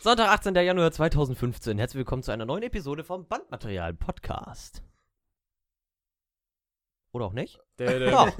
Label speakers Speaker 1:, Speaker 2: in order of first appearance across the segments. Speaker 1: Sonntag, 18. Januar 2015. Herzlich willkommen zu einer neuen Episode vom Bandmaterial Podcast. Oder auch nicht? Ja.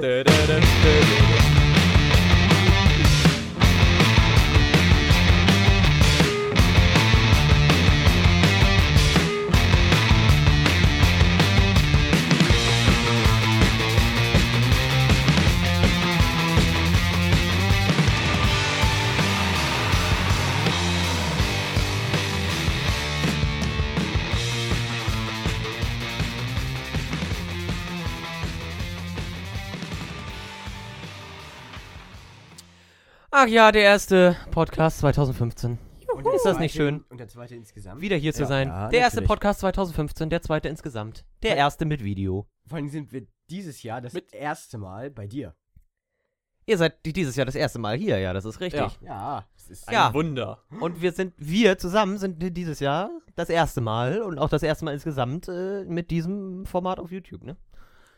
Speaker 1: Ach ja, der erste Podcast 2015.
Speaker 2: Und der
Speaker 1: Ist das nicht
Speaker 2: zweite-
Speaker 1: schön?
Speaker 2: Und der zweite insgesamt.
Speaker 1: Wieder hier zu
Speaker 2: Ja,
Speaker 1: sein.
Speaker 2: ja,
Speaker 1: der erste
Speaker 2: natürlich.
Speaker 1: Podcast 2015, der zweite insgesamt. Der erste mit Video.
Speaker 2: Vor allem sind wir dieses Jahr das erste Mal bei dir.
Speaker 1: Ihr seid die- dieses Jahr das erste Mal hier, ja, das ist richtig.
Speaker 3: Ja.
Speaker 2: Ja, es ist
Speaker 1: Ja.
Speaker 3: Wunder.
Speaker 1: Und wir sind, wir zusammen sind dieses Jahr das erste Mal und auch das erste Mal insgesamt äh, mit diesem Format auf YouTube, ne?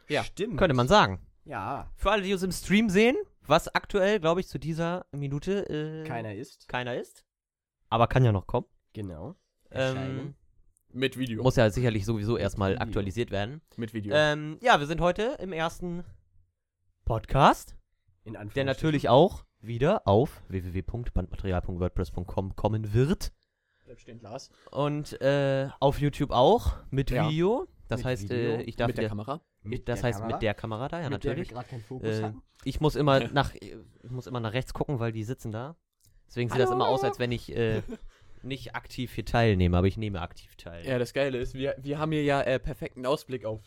Speaker 3: Ja.
Speaker 2: stimmt.
Speaker 1: Könnte man sagen.
Speaker 2: Ja,
Speaker 1: Für alle, die uns im Stream sehen, was aktuell, glaube ich, zu dieser Minute äh,
Speaker 2: keiner ist.
Speaker 1: keiner ist. Aber kann ja noch kommen.
Speaker 2: Genau.
Speaker 1: Ähm,
Speaker 2: Erscheinen.
Speaker 3: Mit Video.
Speaker 1: muss ja sicherlich sowieso erstmal
Speaker 2: Video.
Speaker 1: aktualisiert werden.
Speaker 3: mit Video.
Speaker 1: Ähm, ja, wir sind heute im ersten Podcast,
Speaker 2: In
Speaker 1: der
Speaker 2: Anführungsstrichen.
Speaker 1: natürlich auch wieder auf www.bandmaterial.wordpress.com kommen wird.
Speaker 3: Bleib stehen, Lars.
Speaker 1: Und äh, auf YouTube auch mit
Speaker 3: Ja.
Speaker 1: Video. Das
Speaker 2: Mit
Speaker 1: heißt,
Speaker 2: Video.
Speaker 1: Äh, ich darf
Speaker 3: mit der
Speaker 1: wieder,
Speaker 3: Kamera.
Speaker 2: Mit
Speaker 1: das
Speaker 2: der
Speaker 1: heißt
Speaker 2: Kamera,
Speaker 1: mit der Kamera da, ja
Speaker 2: mit
Speaker 1: natürlich.
Speaker 2: Der wir gerade keinen Fokus
Speaker 1: Äh,
Speaker 2: hatten.
Speaker 1: Ich muss immer nach, ich muss immer nach rechts gucken, weil die sitzen da. Deswegen sieht das immer aus, als wenn ich äh, nicht aktiv hier teilnehme, aber ich nehme aktiv teil.
Speaker 3: Ja, das Geile ist, wir, wir haben hier ja äh, perfekten Ausblick auf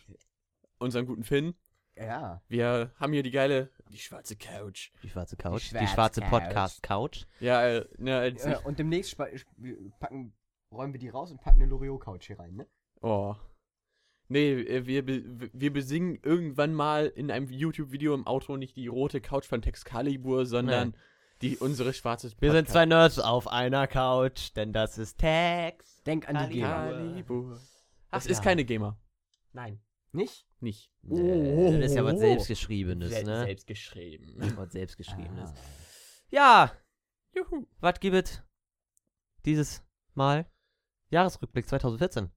Speaker 3: unseren guten Finn.
Speaker 2: Ja.
Speaker 3: Wir haben hier die geile, die schwarze Couch.
Speaker 1: Die schwarze Couch, die schwarze,
Speaker 2: schwarze Couch.
Speaker 1: Podcast-Couch.
Speaker 3: Ja, äh, ne, äh,
Speaker 2: Äh, und demnächst spa- sp- packen, räumen wir die raus und packen eine Loriot-Couch hier rein, ne?
Speaker 3: oh. Nee, äh, wir, be- wir besingen irgendwann mal in einem YouTube-Video im Auto nicht die rote Couch von Texcalibur, sondern die unsere schwarze
Speaker 1: Wir sind
Speaker 3: Podcast-
Speaker 1: zwei Nerds auf einer Couch, denn das ist Text.
Speaker 2: Denk an die
Speaker 1: Gamer.
Speaker 2: Gamer.
Speaker 3: Excalibur.
Speaker 1: Ach
Speaker 3: Das ist
Speaker 1: ja.
Speaker 3: keine Gamer.
Speaker 2: Nein. Nicht?
Speaker 3: Nicht.
Speaker 1: Äh, Das ist ja was Selbstgeschriebenes,
Speaker 3: Selbst,
Speaker 1: ne?
Speaker 3: selbst
Speaker 1: Das
Speaker 3: geschrieben.
Speaker 1: ist was Selbstgeschriebenes.
Speaker 2: Ah.
Speaker 1: Ja,
Speaker 3: Juhu.
Speaker 1: was gibt's dieses Mal? Jahresrückblick 2014.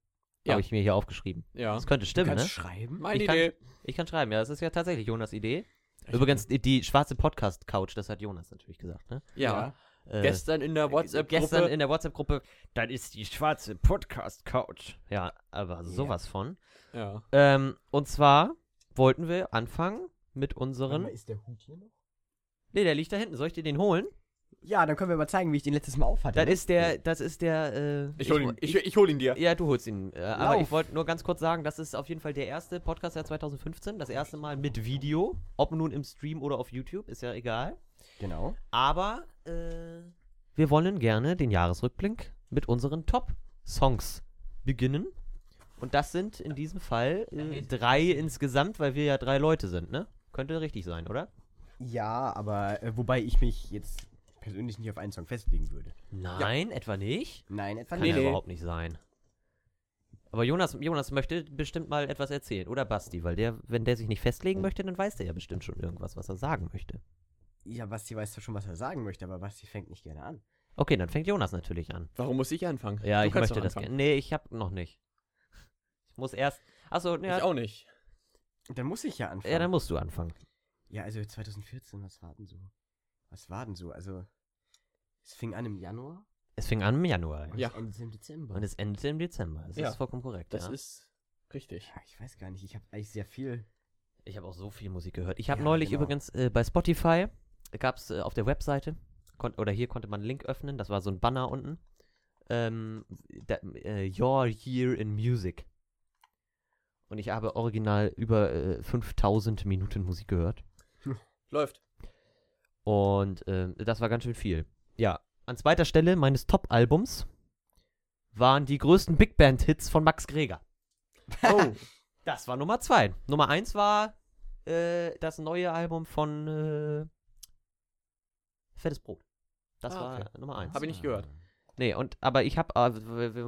Speaker 3: Ja.
Speaker 1: Habe ich mir hier aufgeschrieben.
Speaker 3: Ja.
Speaker 1: Das könnte
Speaker 2: Du
Speaker 1: stimmen,
Speaker 2: kannst
Speaker 1: ne?
Speaker 2: schreiben?
Speaker 3: Meine
Speaker 1: Ich kann-
Speaker 3: Idee.
Speaker 1: Ich kann schreiben, ja. Das ist ja tatsächlich Jonas Idee.
Speaker 3: Ich-
Speaker 1: Übrigens, die, die schwarze Podcast-Couch, das hat Jonas natürlich gesagt, ne?
Speaker 3: Ja.
Speaker 1: Äh,
Speaker 3: Gestern in der
Speaker 1: Gestern
Speaker 3: WhatsApp-Gruppe.
Speaker 1: in der WhatsApp-Gruppe, dann ist die schwarze Podcast-Couch. Ja, aber sowas von.
Speaker 3: Ja.
Speaker 1: Ähm, und zwar wollten wir anfangen mit
Speaker 2: Warte
Speaker 1: unseren.
Speaker 2: mal, Ist der Hut hier noch?
Speaker 1: Nee, der liegt da hinten. Soll ich dir den holen?
Speaker 2: Ja, dann können wir mal zeigen, wie ich den letztes Mal aufhatte.
Speaker 1: Das
Speaker 2: ne?
Speaker 1: ist der, das ist der, äh,
Speaker 3: Ich hol ihn, ich, ich hol ihn dir.
Speaker 1: Ja, du holst ihn. Äh, aber
Speaker 2: Lauf.
Speaker 1: ich wollte nur ganz kurz sagen, das ist auf jeden Fall der erste Podcast der 2015. Das erste Mal mit Video. Ob nun im Stream oder auf YouTube, ist ja egal.
Speaker 2: Genau.
Speaker 1: Aber äh, wir wollen gerne den Jahresrückblick mit unseren Top-Songs beginnen. Und das sind in diesem Fall äh, drei insgesamt, weil wir ja drei Leute sind, ne? Könnte richtig sein, oder?
Speaker 2: Ja, aber äh, wobei ich mich jetzt persönlich nicht auf einen Song festlegen würde.
Speaker 1: Nein, etwa nicht.
Speaker 2: Nein, etwa
Speaker 1: Kann
Speaker 3: Nee,
Speaker 1: ja
Speaker 3: nee.
Speaker 1: überhaupt nicht sein. Aber Jonas, Jonas möchte bestimmt mal etwas erzählen, oder Basti? Weil der, wenn der sich nicht festlegen möchte, dann weiß der ja bestimmt schon irgendwas, was er sagen möchte.
Speaker 2: Ja, Basti weiß zwar schon, was er sagen möchte, aber Basti fängt nicht gerne an.
Speaker 1: Okay, dann fängt Jonas natürlich an.
Speaker 3: Warum muss ich anfangen?
Speaker 1: Ja,
Speaker 3: Du
Speaker 1: ich
Speaker 3: kannst
Speaker 1: möchte
Speaker 3: doch
Speaker 1: das gerne.
Speaker 3: anfangen.
Speaker 1: Nee, ich hab noch nicht. Ich muss erst. Achso, ja,
Speaker 3: Ich auch nicht.
Speaker 2: Dann muss ich ja anfangen.
Speaker 1: Ja, dann musst du anfangen.
Speaker 2: Ja, also 2014, was war denn so? Was war denn so? Also, es fing an im Januar
Speaker 1: Es fing an im Januar.
Speaker 2: und
Speaker 3: Ja.
Speaker 2: es endete im Dezember.
Speaker 1: Und es endete im Dezember. Das
Speaker 3: Ja.
Speaker 1: ist vollkommen korrekt.
Speaker 3: Das
Speaker 1: ja.
Speaker 3: ist richtig.
Speaker 2: ja, ich weiß gar nicht, ich habe eigentlich sehr viel.
Speaker 1: ich habe auch so viel Musik gehört. Ich habe
Speaker 2: Ja,
Speaker 1: neulich
Speaker 2: genau.
Speaker 1: übrigens äh, bei Spotify, gab es äh, auf der Webseite, kon oder hier konnte man einen Link öffnen, das war so ein Banner unten. Ähm, da, äh, Your Year in Music. Und ich habe original über äh, 5000 Minuten Musik gehört.
Speaker 3: Läuft.
Speaker 1: Und ähm, das war ganz schön viel. Ja, an zweiter Stelle meines Top-Albums waren die größten Big Band-Hits von Max Greger.
Speaker 3: Oh.
Speaker 1: Das war Nummer zwei. Nummer eins war äh, das neue Album von äh, Fettes Brot. Das
Speaker 3: Ah, okay.
Speaker 1: war Nummer eins.
Speaker 3: Hab ich nicht
Speaker 2: Ah.
Speaker 3: gehört.
Speaker 1: Nee, und aber ich habe,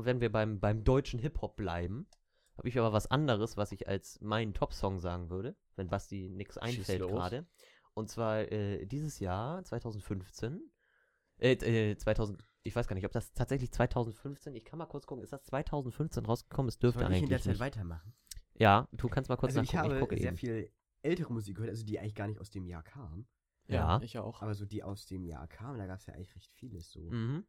Speaker 1: wenn wir beim, beim deutschen Hip-Hop bleiben, habe ich aber was anderes, was ich als meinen Top-Song sagen würde, wenn Basti nichts einfällt
Speaker 3: los.
Speaker 1: gerade. Und zwar äh, dieses Jahr, 2015, äh, äh, 2000, ich weiß gar nicht, ob das tatsächlich 2015, ich kann mal kurz gucken, ist das 2015 rausgekommen? Es dürfte
Speaker 2: Dürfte Soll ich
Speaker 1: eigentlich
Speaker 2: in der Zeit
Speaker 1: nicht.
Speaker 2: weitermachen?
Speaker 1: Ja, du kannst mal kurz
Speaker 2: also ich
Speaker 1: nachgucken.
Speaker 2: habe
Speaker 1: gucke
Speaker 2: sehr
Speaker 1: eben.
Speaker 2: viel ältere Musik gehört, also die eigentlich gar nicht aus dem Jahr kam.
Speaker 1: Ja.
Speaker 3: Ich auch.
Speaker 2: Aber so die aus dem Jahr kamen, da gab es ja eigentlich recht vieles so.
Speaker 1: Mhm.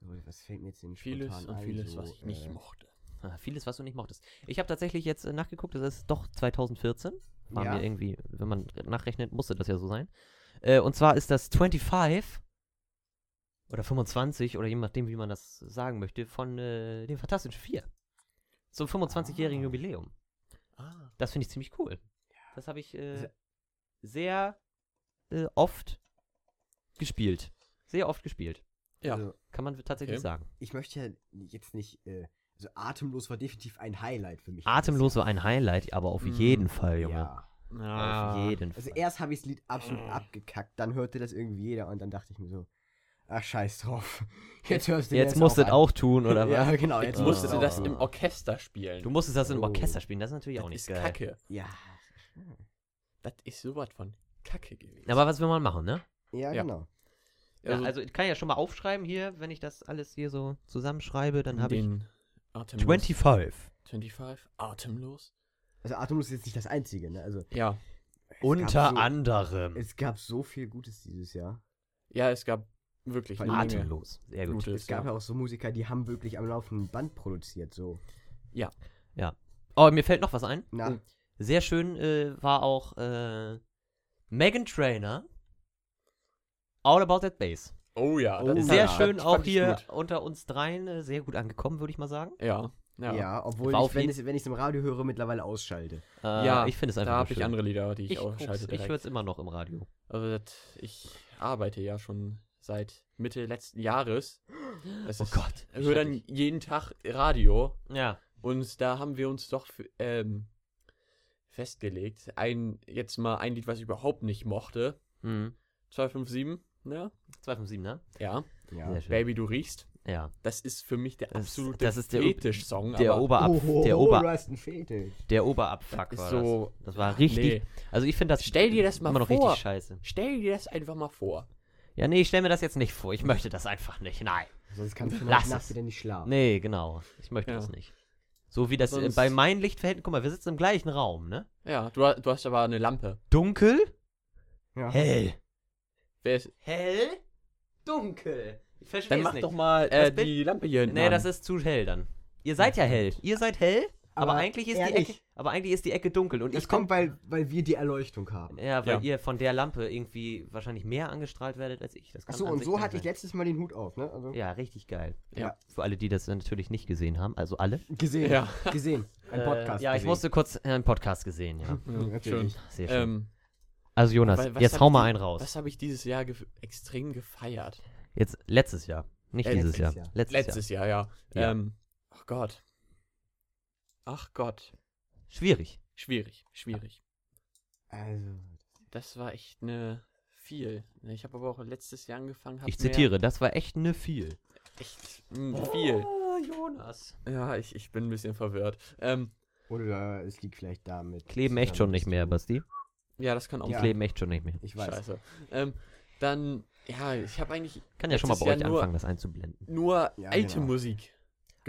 Speaker 2: So, Was fällt mir jetzt denn
Speaker 3: Vieles
Speaker 2: spontan
Speaker 3: und
Speaker 2: ein,
Speaker 3: vieles,
Speaker 2: so,
Speaker 3: was ich nicht
Speaker 2: äh,
Speaker 3: mochte.
Speaker 1: Ah, Vieles, was du nicht mochtest. Ich habe tatsächlich jetzt äh, nachgeguckt, das ist doch 2014. War
Speaker 2: Ja.
Speaker 1: mir irgendwie, wenn man nachrechnet, musste das ja so sein. Äh, und zwar ist das 25 oder 25 oder je nachdem, wie man das sagen möchte, von äh, den Fantastischen Vier. Zum 25-jährigen
Speaker 2: Ah.
Speaker 1: Jubiläum.
Speaker 2: Ah, Also
Speaker 1: Das finde ich ziemlich cool. Das habe ich äh,
Speaker 2: Se-
Speaker 1: sehr äh, oft gespielt. Sehr oft gespielt.
Speaker 3: Ja.
Speaker 2: Also,
Speaker 1: Kann man tatsächlich
Speaker 3: Okay.
Speaker 1: sagen.
Speaker 2: ich möchte ja jetzt nicht, äh, also atemlos war definitiv ein Highlight für mich.
Speaker 1: Atemlos war ein Highlight, aber auf
Speaker 3: Mm,
Speaker 1: jeden Fall,
Speaker 2: Ja.
Speaker 1: Junge.
Speaker 2: ja.
Speaker 3: Ah.
Speaker 1: Auf jeden Fall.
Speaker 2: Also erst habe ich das Lied absolut
Speaker 3: Mm.
Speaker 2: abgekackt, dann hörte das irgendwie jeder und dann dachte ich mir so, ach scheiß drauf. Jetzt hörst du dir
Speaker 1: Jetzt
Speaker 2: das
Speaker 1: musst du
Speaker 2: auch
Speaker 1: es
Speaker 2: an.
Speaker 1: auch tun, oder was?
Speaker 2: Ja, genau.
Speaker 3: Jetzt
Speaker 1: Ah.
Speaker 3: musste
Speaker 1: Ah.
Speaker 3: das im Orchester spielen.
Speaker 1: Du musstest das im
Speaker 2: Oh.
Speaker 1: Orchester spielen, das ist natürlich
Speaker 3: das
Speaker 1: auch nicht
Speaker 3: ist
Speaker 1: geil.
Speaker 3: Kacke.
Speaker 2: Ja.
Speaker 3: Das ist sowas von Kacke gewesen.
Speaker 1: Aber was will man machen, ne?
Speaker 2: Ja,
Speaker 3: Ja.
Speaker 2: genau.
Speaker 1: Ja, also, ich kann ja schon mal aufschreiben hier, wenn ich das alles hier so zusammenschreibe, dann habe ich
Speaker 3: den atemlos.
Speaker 1: 25
Speaker 3: 25. Atemlos.
Speaker 2: Also Atemlos ist jetzt nicht das Einzige, ne? Also
Speaker 3: Ja.
Speaker 2: es gab
Speaker 1: unter
Speaker 2: so,
Speaker 1: anderem
Speaker 2: Es gab so viel Gutes dieses Jahr.
Speaker 3: Ja, es gab wirklich
Speaker 2: Vor
Speaker 3: eine
Speaker 2: allem
Speaker 3: Menge
Speaker 1: atemlos. Sehr gut.
Speaker 3: Gutes,
Speaker 2: Es gab ja
Speaker 3: ja.
Speaker 2: auch so Musiker, die haben wirklich am laufenden Band produziert, so.
Speaker 1: Oh, mir fällt noch was ein.
Speaker 2: Na,
Speaker 3: Oh.
Speaker 1: Sehr schön äh, war auch äh, Megan Trainer. All About That Bass.
Speaker 3: Oh ja.
Speaker 2: Oh
Speaker 3: das-
Speaker 1: Sehr
Speaker 2: ja,
Speaker 1: schön
Speaker 3: das
Speaker 1: auch
Speaker 3: fand ich
Speaker 1: hier
Speaker 3: gut.
Speaker 1: unter uns dreien äh, sehr gut angekommen, würde ich mal sagen.
Speaker 3: Ja.
Speaker 2: ja.
Speaker 3: Ja. ja.
Speaker 2: obwohl
Speaker 1: War
Speaker 2: ich,
Speaker 1: auf
Speaker 2: wenn
Speaker 1: jeden-
Speaker 2: ich es wenn ich's im Radio höre, mittlerweile ausschalte.
Speaker 1: Äh,
Speaker 3: Ja,
Speaker 1: ich finde es einfach
Speaker 3: Da
Speaker 1: nur
Speaker 3: habe ich
Speaker 1: schön.
Speaker 3: andere Lieder, die ich,
Speaker 1: Ich,
Speaker 3: auch schalte.
Speaker 1: guck's- ich höre es immer noch im Radio.
Speaker 3: Also das, ich arbeite ja schon seit Mitte letzten Jahres. Das
Speaker 1: Oh
Speaker 3: ist-
Speaker 1: Gott,
Speaker 3: Ich höre dann jeden Tag Radio
Speaker 1: Ja.
Speaker 3: und da haben wir uns doch für- ähm, festgelegt. Ein, jetzt mal ein Lied, was ich überhaupt nicht mochte. Hm.
Speaker 1: Mhm.
Speaker 3: 257, ne?
Speaker 1: 257, ne?
Speaker 3: Ja.
Speaker 2: Ja.
Speaker 1: Sehr schön.
Speaker 3: Baby, du riechst.
Speaker 1: Ja.
Speaker 3: Das ist für mich der
Speaker 1: Das-
Speaker 3: absolute
Speaker 1: das ist der-
Speaker 3: Fetisch-Song.
Speaker 1: Der,
Speaker 3: aber
Speaker 1: Oberab, der,
Speaker 2: du
Speaker 1: Ober,
Speaker 2: hast einen Fetisch.
Speaker 1: der Oberabfuck
Speaker 3: ist
Speaker 1: war
Speaker 3: so-
Speaker 1: das. Das war richtig.
Speaker 3: Nee.
Speaker 1: Also ich finde das
Speaker 3: Stell dir das mal
Speaker 1: immer noch
Speaker 3: vor.
Speaker 1: richtig scheiße.
Speaker 3: Stell dir das einfach mal vor.
Speaker 1: Ja, nee, ich stell mir das jetzt nicht vor. Ich möchte das einfach nicht. Nein.
Speaker 2: Sonst kannst du
Speaker 1: Lass
Speaker 2: nachts
Speaker 1: es.
Speaker 2: nachts wieder nicht schlafen.
Speaker 1: Nee, genau. Ich möchte
Speaker 3: Ja.
Speaker 1: das nicht. So wie das äh,
Speaker 3: Sonst-
Speaker 1: bei meinen Lichtverhältnissen. Guck mal, wir sitzen im gleichen Raum, ne?
Speaker 3: Ja, du, ha- du hast aber eine Lampe.
Speaker 1: Dunkel?
Speaker 2: Ja.
Speaker 1: Hell.
Speaker 3: Wer ist,
Speaker 1: Hell? Dunkel. Ich verstehe
Speaker 3: dann
Speaker 1: es
Speaker 3: mach
Speaker 1: nicht.
Speaker 3: doch mal
Speaker 1: Das
Speaker 3: äh,
Speaker 1: Bild-
Speaker 3: die Lampe hier hinten
Speaker 1: nee,
Speaker 3: an.
Speaker 1: das ist zu hell dann. Ihr seid ja hell. Ihr seid hell, aber,
Speaker 2: Aber
Speaker 1: eigentlich ist
Speaker 2: er
Speaker 1: die Ecke,
Speaker 2: nicht.
Speaker 1: aber eigentlich ist die Ecke dunkel und
Speaker 2: Das
Speaker 1: ich bin-
Speaker 2: kommt, weil, weil wir die Erleuchtung haben.
Speaker 1: Ja, weil
Speaker 3: Ja.
Speaker 1: ihr von der Lampe irgendwie wahrscheinlich mehr angestrahlt werdet als ich. Das kann
Speaker 2: Achso,
Speaker 1: an
Speaker 2: und
Speaker 1: sich
Speaker 2: so
Speaker 1: nicht
Speaker 2: hatte ich
Speaker 1: sein.
Speaker 2: letztes Mal den Hut auf, ne? Also,
Speaker 1: Ja, richtig geil.
Speaker 3: Ja.
Speaker 1: Für alle, die das natürlich nicht gesehen haben, also alle.
Speaker 2: Gesehen.
Speaker 3: Ja.
Speaker 2: Gesehen. Ein Podcast.
Speaker 1: Äh, ja, ich
Speaker 2: gesehen. Hm.
Speaker 1: musste kurz äh, einen Podcast gesehen, ja.
Speaker 3: Hm,
Speaker 2: Natürlich.
Speaker 1: Sehr schön.
Speaker 3: Ähm,
Speaker 1: also Jonas,
Speaker 3: weil- was
Speaker 1: jetzt
Speaker 3: hab
Speaker 1: hau
Speaker 3: ich
Speaker 1: mal
Speaker 3: denn-
Speaker 1: einen raus.
Speaker 3: Was habe ich dieses Jahr ge extrem gefeiert?
Speaker 1: Jetzt letztes Jahr, nicht
Speaker 3: Äh,
Speaker 1: dieses
Speaker 2: letztes
Speaker 1: Jahr.
Speaker 2: Jahr.
Speaker 1: Letztes, Jahr.
Speaker 3: Letztes Jahr, ja.
Speaker 1: Ja.
Speaker 3: Ähm, ach Gott. Ach Gott.
Speaker 1: Schwierig.
Speaker 3: Schwierig, schwierig.
Speaker 2: Also,
Speaker 3: Das war echt ne viel. Ich habe aber auch letztes Jahr angefangen. hab
Speaker 1: Ich
Speaker 3: mehr-
Speaker 1: zitiere, das war echt ne viel.
Speaker 3: Echt mh, viel.
Speaker 1: Oh, Jonas.
Speaker 3: Ja, ich, ich bin ein bisschen verwirrt. Ähm,
Speaker 2: oder es liegt vielleicht damit.
Speaker 1: Kleben echt schon nicht mehr, Basti.
Speaker 3: ja, das kann auch
Speaker 1: Die
Speaker 2: Ja.
Speaker 1: kleben echt schon nicht mehr.
Speaker 2: Ich weiß.
Speaker 3: Scheiße. Ähm, dann, ja, ich habe eigentlich
Speaker 1: Kann ja schon mal bei
Speaker 3: Letztes
Speaker 1: euch
Speaker 3: Jahr nur-
Speaker 1: anfangen, das einzublenden.
Speaker 3: nur
Speaker 2: Ja,
Speaker 3: alte
Speaker 2: genau.
Speaker 3: Musik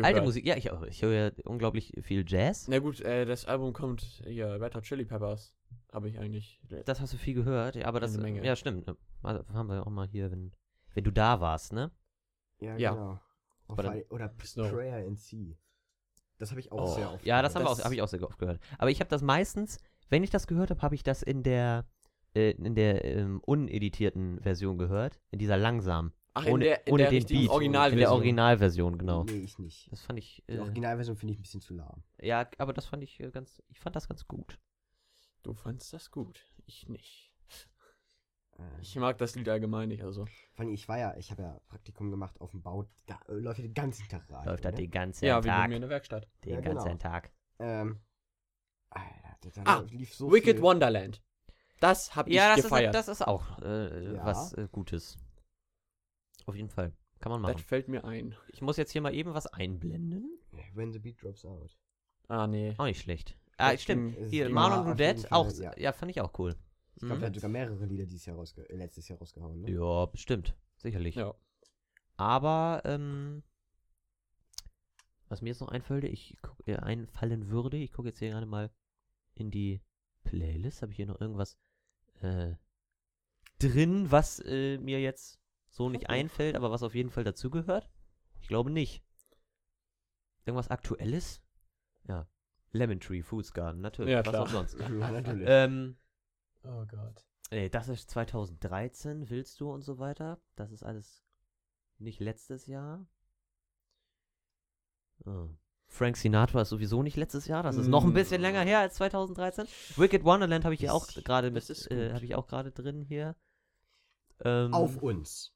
Speaker 1: Alte Musik, ja, ich, auch. ich höre ja unglaublich viel Jazz.
Speaker 3: Na gut, äh, das Album kommt hier, Red Hot Chili Peppers. Habe ich eigentlich.
Speaker 1: Das hast du viel gehört, ja, aber das.
Speaker 3: Eine Menge.
Speaker 1: Ja, stimmt. ne? Also, haben wir auch mal hier, wenn, wenn du da warst, ne?
Speaker 2: Ja,
Speaker 3: Ja.
Speaker 2: genau. Auf
Speaker 1: Oder-
Speaker 2: alle- oder P-
Speaker 3: Snow.
Speaker 2: Prayer in Sea. Das habe ich auch
Speaker 1: Oh,
Speaker 2: sehr oft.
Speaker 1: ja, das, haben wir
Speaker 3: Das-
Speaker 1: auch, hab ich auch sehr oft gehört. Aber ich habe das meistens, wenn ich das gehört habe, habe ich das in der äh, in der ähm, uneditierten Version gehört, in dieser langsamen,
Speaker 3: Ach,
Speaker 1: ohne-
Speaker 3: in der, in
Speaker 1: ohne
Speaker 3: der
Speaker 1: den
Speaker 3: richtigen
Speaker 1: Beat, in
Speaker 3: Originalversion.
Speaker 1: der Originalversion, genau.
Speaker 2: Nee, ich nicht.
Speaker 1: Das fand ich
Speaker 2: Mhm. Die
Speaker 1: äh,
Speaker 2: Originalversion finde ich ein bisschen zu lahm.
Speaker 1: ja, aber das fand ich äh, ganz ich fand das ganz gut.
Speaker 3: Du fandst das gut, ich nicht.
Speaker 2: Äh,
Speaker 3: Ich mag das Lied allgemein nicht, also.
Speaker 2: vor allem, ich war ja, ich habe ja Praktikum gemacht auf dem Bau. Da äh, läuft ja den ganzen Tag Radio.
Speaker 1: Läuft das
Speaker 2: ne?
Speaker 1: den ganzen
Speaker 3: Ja, wie bei
Speaker 1: Tag,
Speaker 3: mir
Speaker 1: den
Speaker 3: in der Werkstatt.
Speaker 2: Ja,
Speaker 1: ganzen
Speaker 2: genau.
Speaker 1: Tag.
Speaker 2: Ähm. Alter, da,
Speaker 3: Ah,
Speaker 2: da lief so
Speaker 3: Wicked
Speaker 2: viel.
Speaker 3: Wonderland. Das habe ich
Speaker 1: Ja, das ist,
Speaker 3: gefeiert.
Speaker 1: das ist auch äh,
Speaker 2: Ja.
Speaker 1: was äh, Gutes. Auf jeden Fall. Kann man
Speaker 3: das
Speaker 1: machen.
Speaker 3: fällt mir ein.
Speaker 1: Ich muss jetzt hier mal eben was einblenden.
Speaker 2: When the beat drops out.
Speaker 3: Ah, nee.
Speaker 1: Auch nicht schlecht. Ah,
Speaker 3: Das
Speaker 1: stimmt.
Speaker 2: ging-
Speaker 1: Hier,
Speaker 2: ging
Speaker 1: Marlon
Speaker 2: mal auf
Speaker 1: Roudette,
Speaker 2: jeden Fall,
Speaker 1: auch. Ja.
Speaker 2: ja.
Speaker 1: fand ich auch cool.
Speaker 2: Ich glaube,
Speaker 1: Mhm.
Speaker 2: der hat sogar mehrere Lieder dieses Jahr rausge äh, letztes Jahr rausgehauen. Ne?
Speaker 1: Ja, bestimmt. Sicherlich.
Speaker 3: Ja.
Speaker 1: Aber, ähm, was mir jetzt noch einfällt, ich guck, äh, einfallen würde, ich gucke jetzt hier gerade mal in die Playlist. Habe ich hier noch irgendwas äh, drin, was äh, mir jetzt so nicht einfällt, aber was auf jeden Fall dazugehört? Ich glaube nicht. Irgendwas Aktuelles? Ja. Lemon Tree, Foods Garden, natürlich.
Speaker 3: Ja,
Speaker 1: Was
Speaker 3: klar.
Speaker 1: auch sonst.
Speaker 2: Ja, natürlich.
Speaker 1: ähm,
Speaker 4: Oh Gott.
Speaker 1: Nee, Äh, das ist 2013, willst du und so weiter. Das ist alles nicht letztes Jahr. Ah. Frank Sinatra ist sowieso nicht letztes Jahr, das ist noch ein bisschen
Speaker 3: Mm.
Speaker 1: länger her als 2013. Wicked Wonderland habe ich hier auch
Speaker 3: Das-
Speaker 1: gerade
Speaker 3: das
Speaker 1: mit,
Speaker 3: ist
Speaker 1: äh,
Speaker 3: gut.
Speaker 1: habe ich auch gerade drin hier. Ähm,
Speaker 2: Auf uns.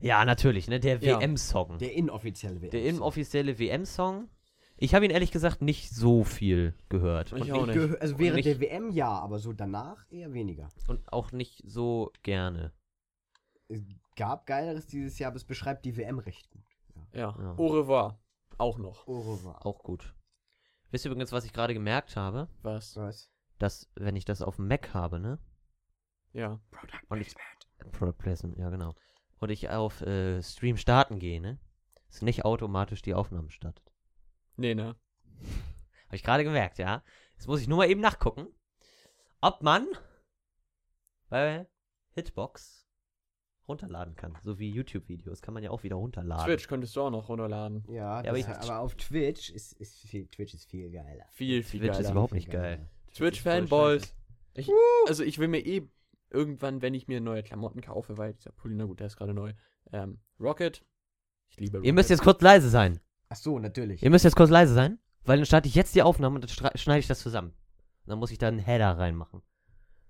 Speaker 1: Ja, natürlich, ne, der
Speaker 3: Ja.
Speaker 1: WM-Song. Der,
Speaker 2: Der inoffizielle WM.
Speaker 1: inoffizielle WM-Song. Ich habe ihn ehrlich gesagt nicht so viel gehört.
Speaker 3: Ich
Speaker 1: Und,
Speaker 3: auch
Speaker 2: Ich
Speaker 3: nicht.
Speaker 2: gehö- Also
Speaker 1: Und
Speaker 2: während
Speaker 1: nicht-
Speaker 2: der WM ja, aber so danach eher weniger.
Speaker 1: und auch nicht so gerne.
Speaker 2: Es gab Geileres dieses Jahr, aber es beschreibt die WM recht gut.
Speaker 3: Ja.
Speaker 1: Ja.
Speaker 3: Au revoir. Auch noch.
Speaker 2: Au revoir.
Speaker 1: Auch gut. Wisst ihr übrigens, was ich gerade gemerkt habe?
Speaker 3: Was?
Speaker 2: Was?
Speaker 1: dass, wenn ich das auf dem Mac habe, ne?
Speaker 3: Ja.
Speaker 1: Und ich, Product Placement, ja genau. Und ich auf äh, Stream starten gehe, ne? Ist nicht automatisch die Aufnahme startet.
Speaker 3: Nee, ne?
Speaker 1: Habe ich gerade gemerkt, ja? Jetzt muss ich nur mal eben nachgucken, ob man bei Hitbox runterladen kann. So wie YouTube-Videos kann man ja auch wieder runterladen.
Speaker 3: Twitch könntest du auch noch runterladen.
Speaker 2: Ja,
Speaker 1: Ja, aber
Speaker 2: das,
Speaker 1: ich-
Speaker 2: aber, auf Twitch ist, ist viel, Twitch ist viel geiler.
Speaker 3: Viel, viel
Speaker 1: Twitch ist
Speaker 3: geiler.
Speaker 1: überhaupt
Speaker 2: Viel
Speaker 1: nicht geil.
Speaker 2: geiler.
Speaker 3: Twitch-Fanboys. Ich- Also ich will mir eh irgendwann, wenn ich mir neue Klamotten kaufe, weil dieser Pulli, na gut, der ist gerade neu. Ähm, Rocket. Ich liebe Rocket.
Speaker 1: Ihr müsst jetzt kurz leise sein.
Speaker 2: Ach so, natürlich.
Speaker 1: Ihr müsst jetzt kurz leise sein, weil dann starte ich jetzt die Aufnahme und dann stra- schneide ich das zusammen. Und dann muss ich da einen Header reinmachen.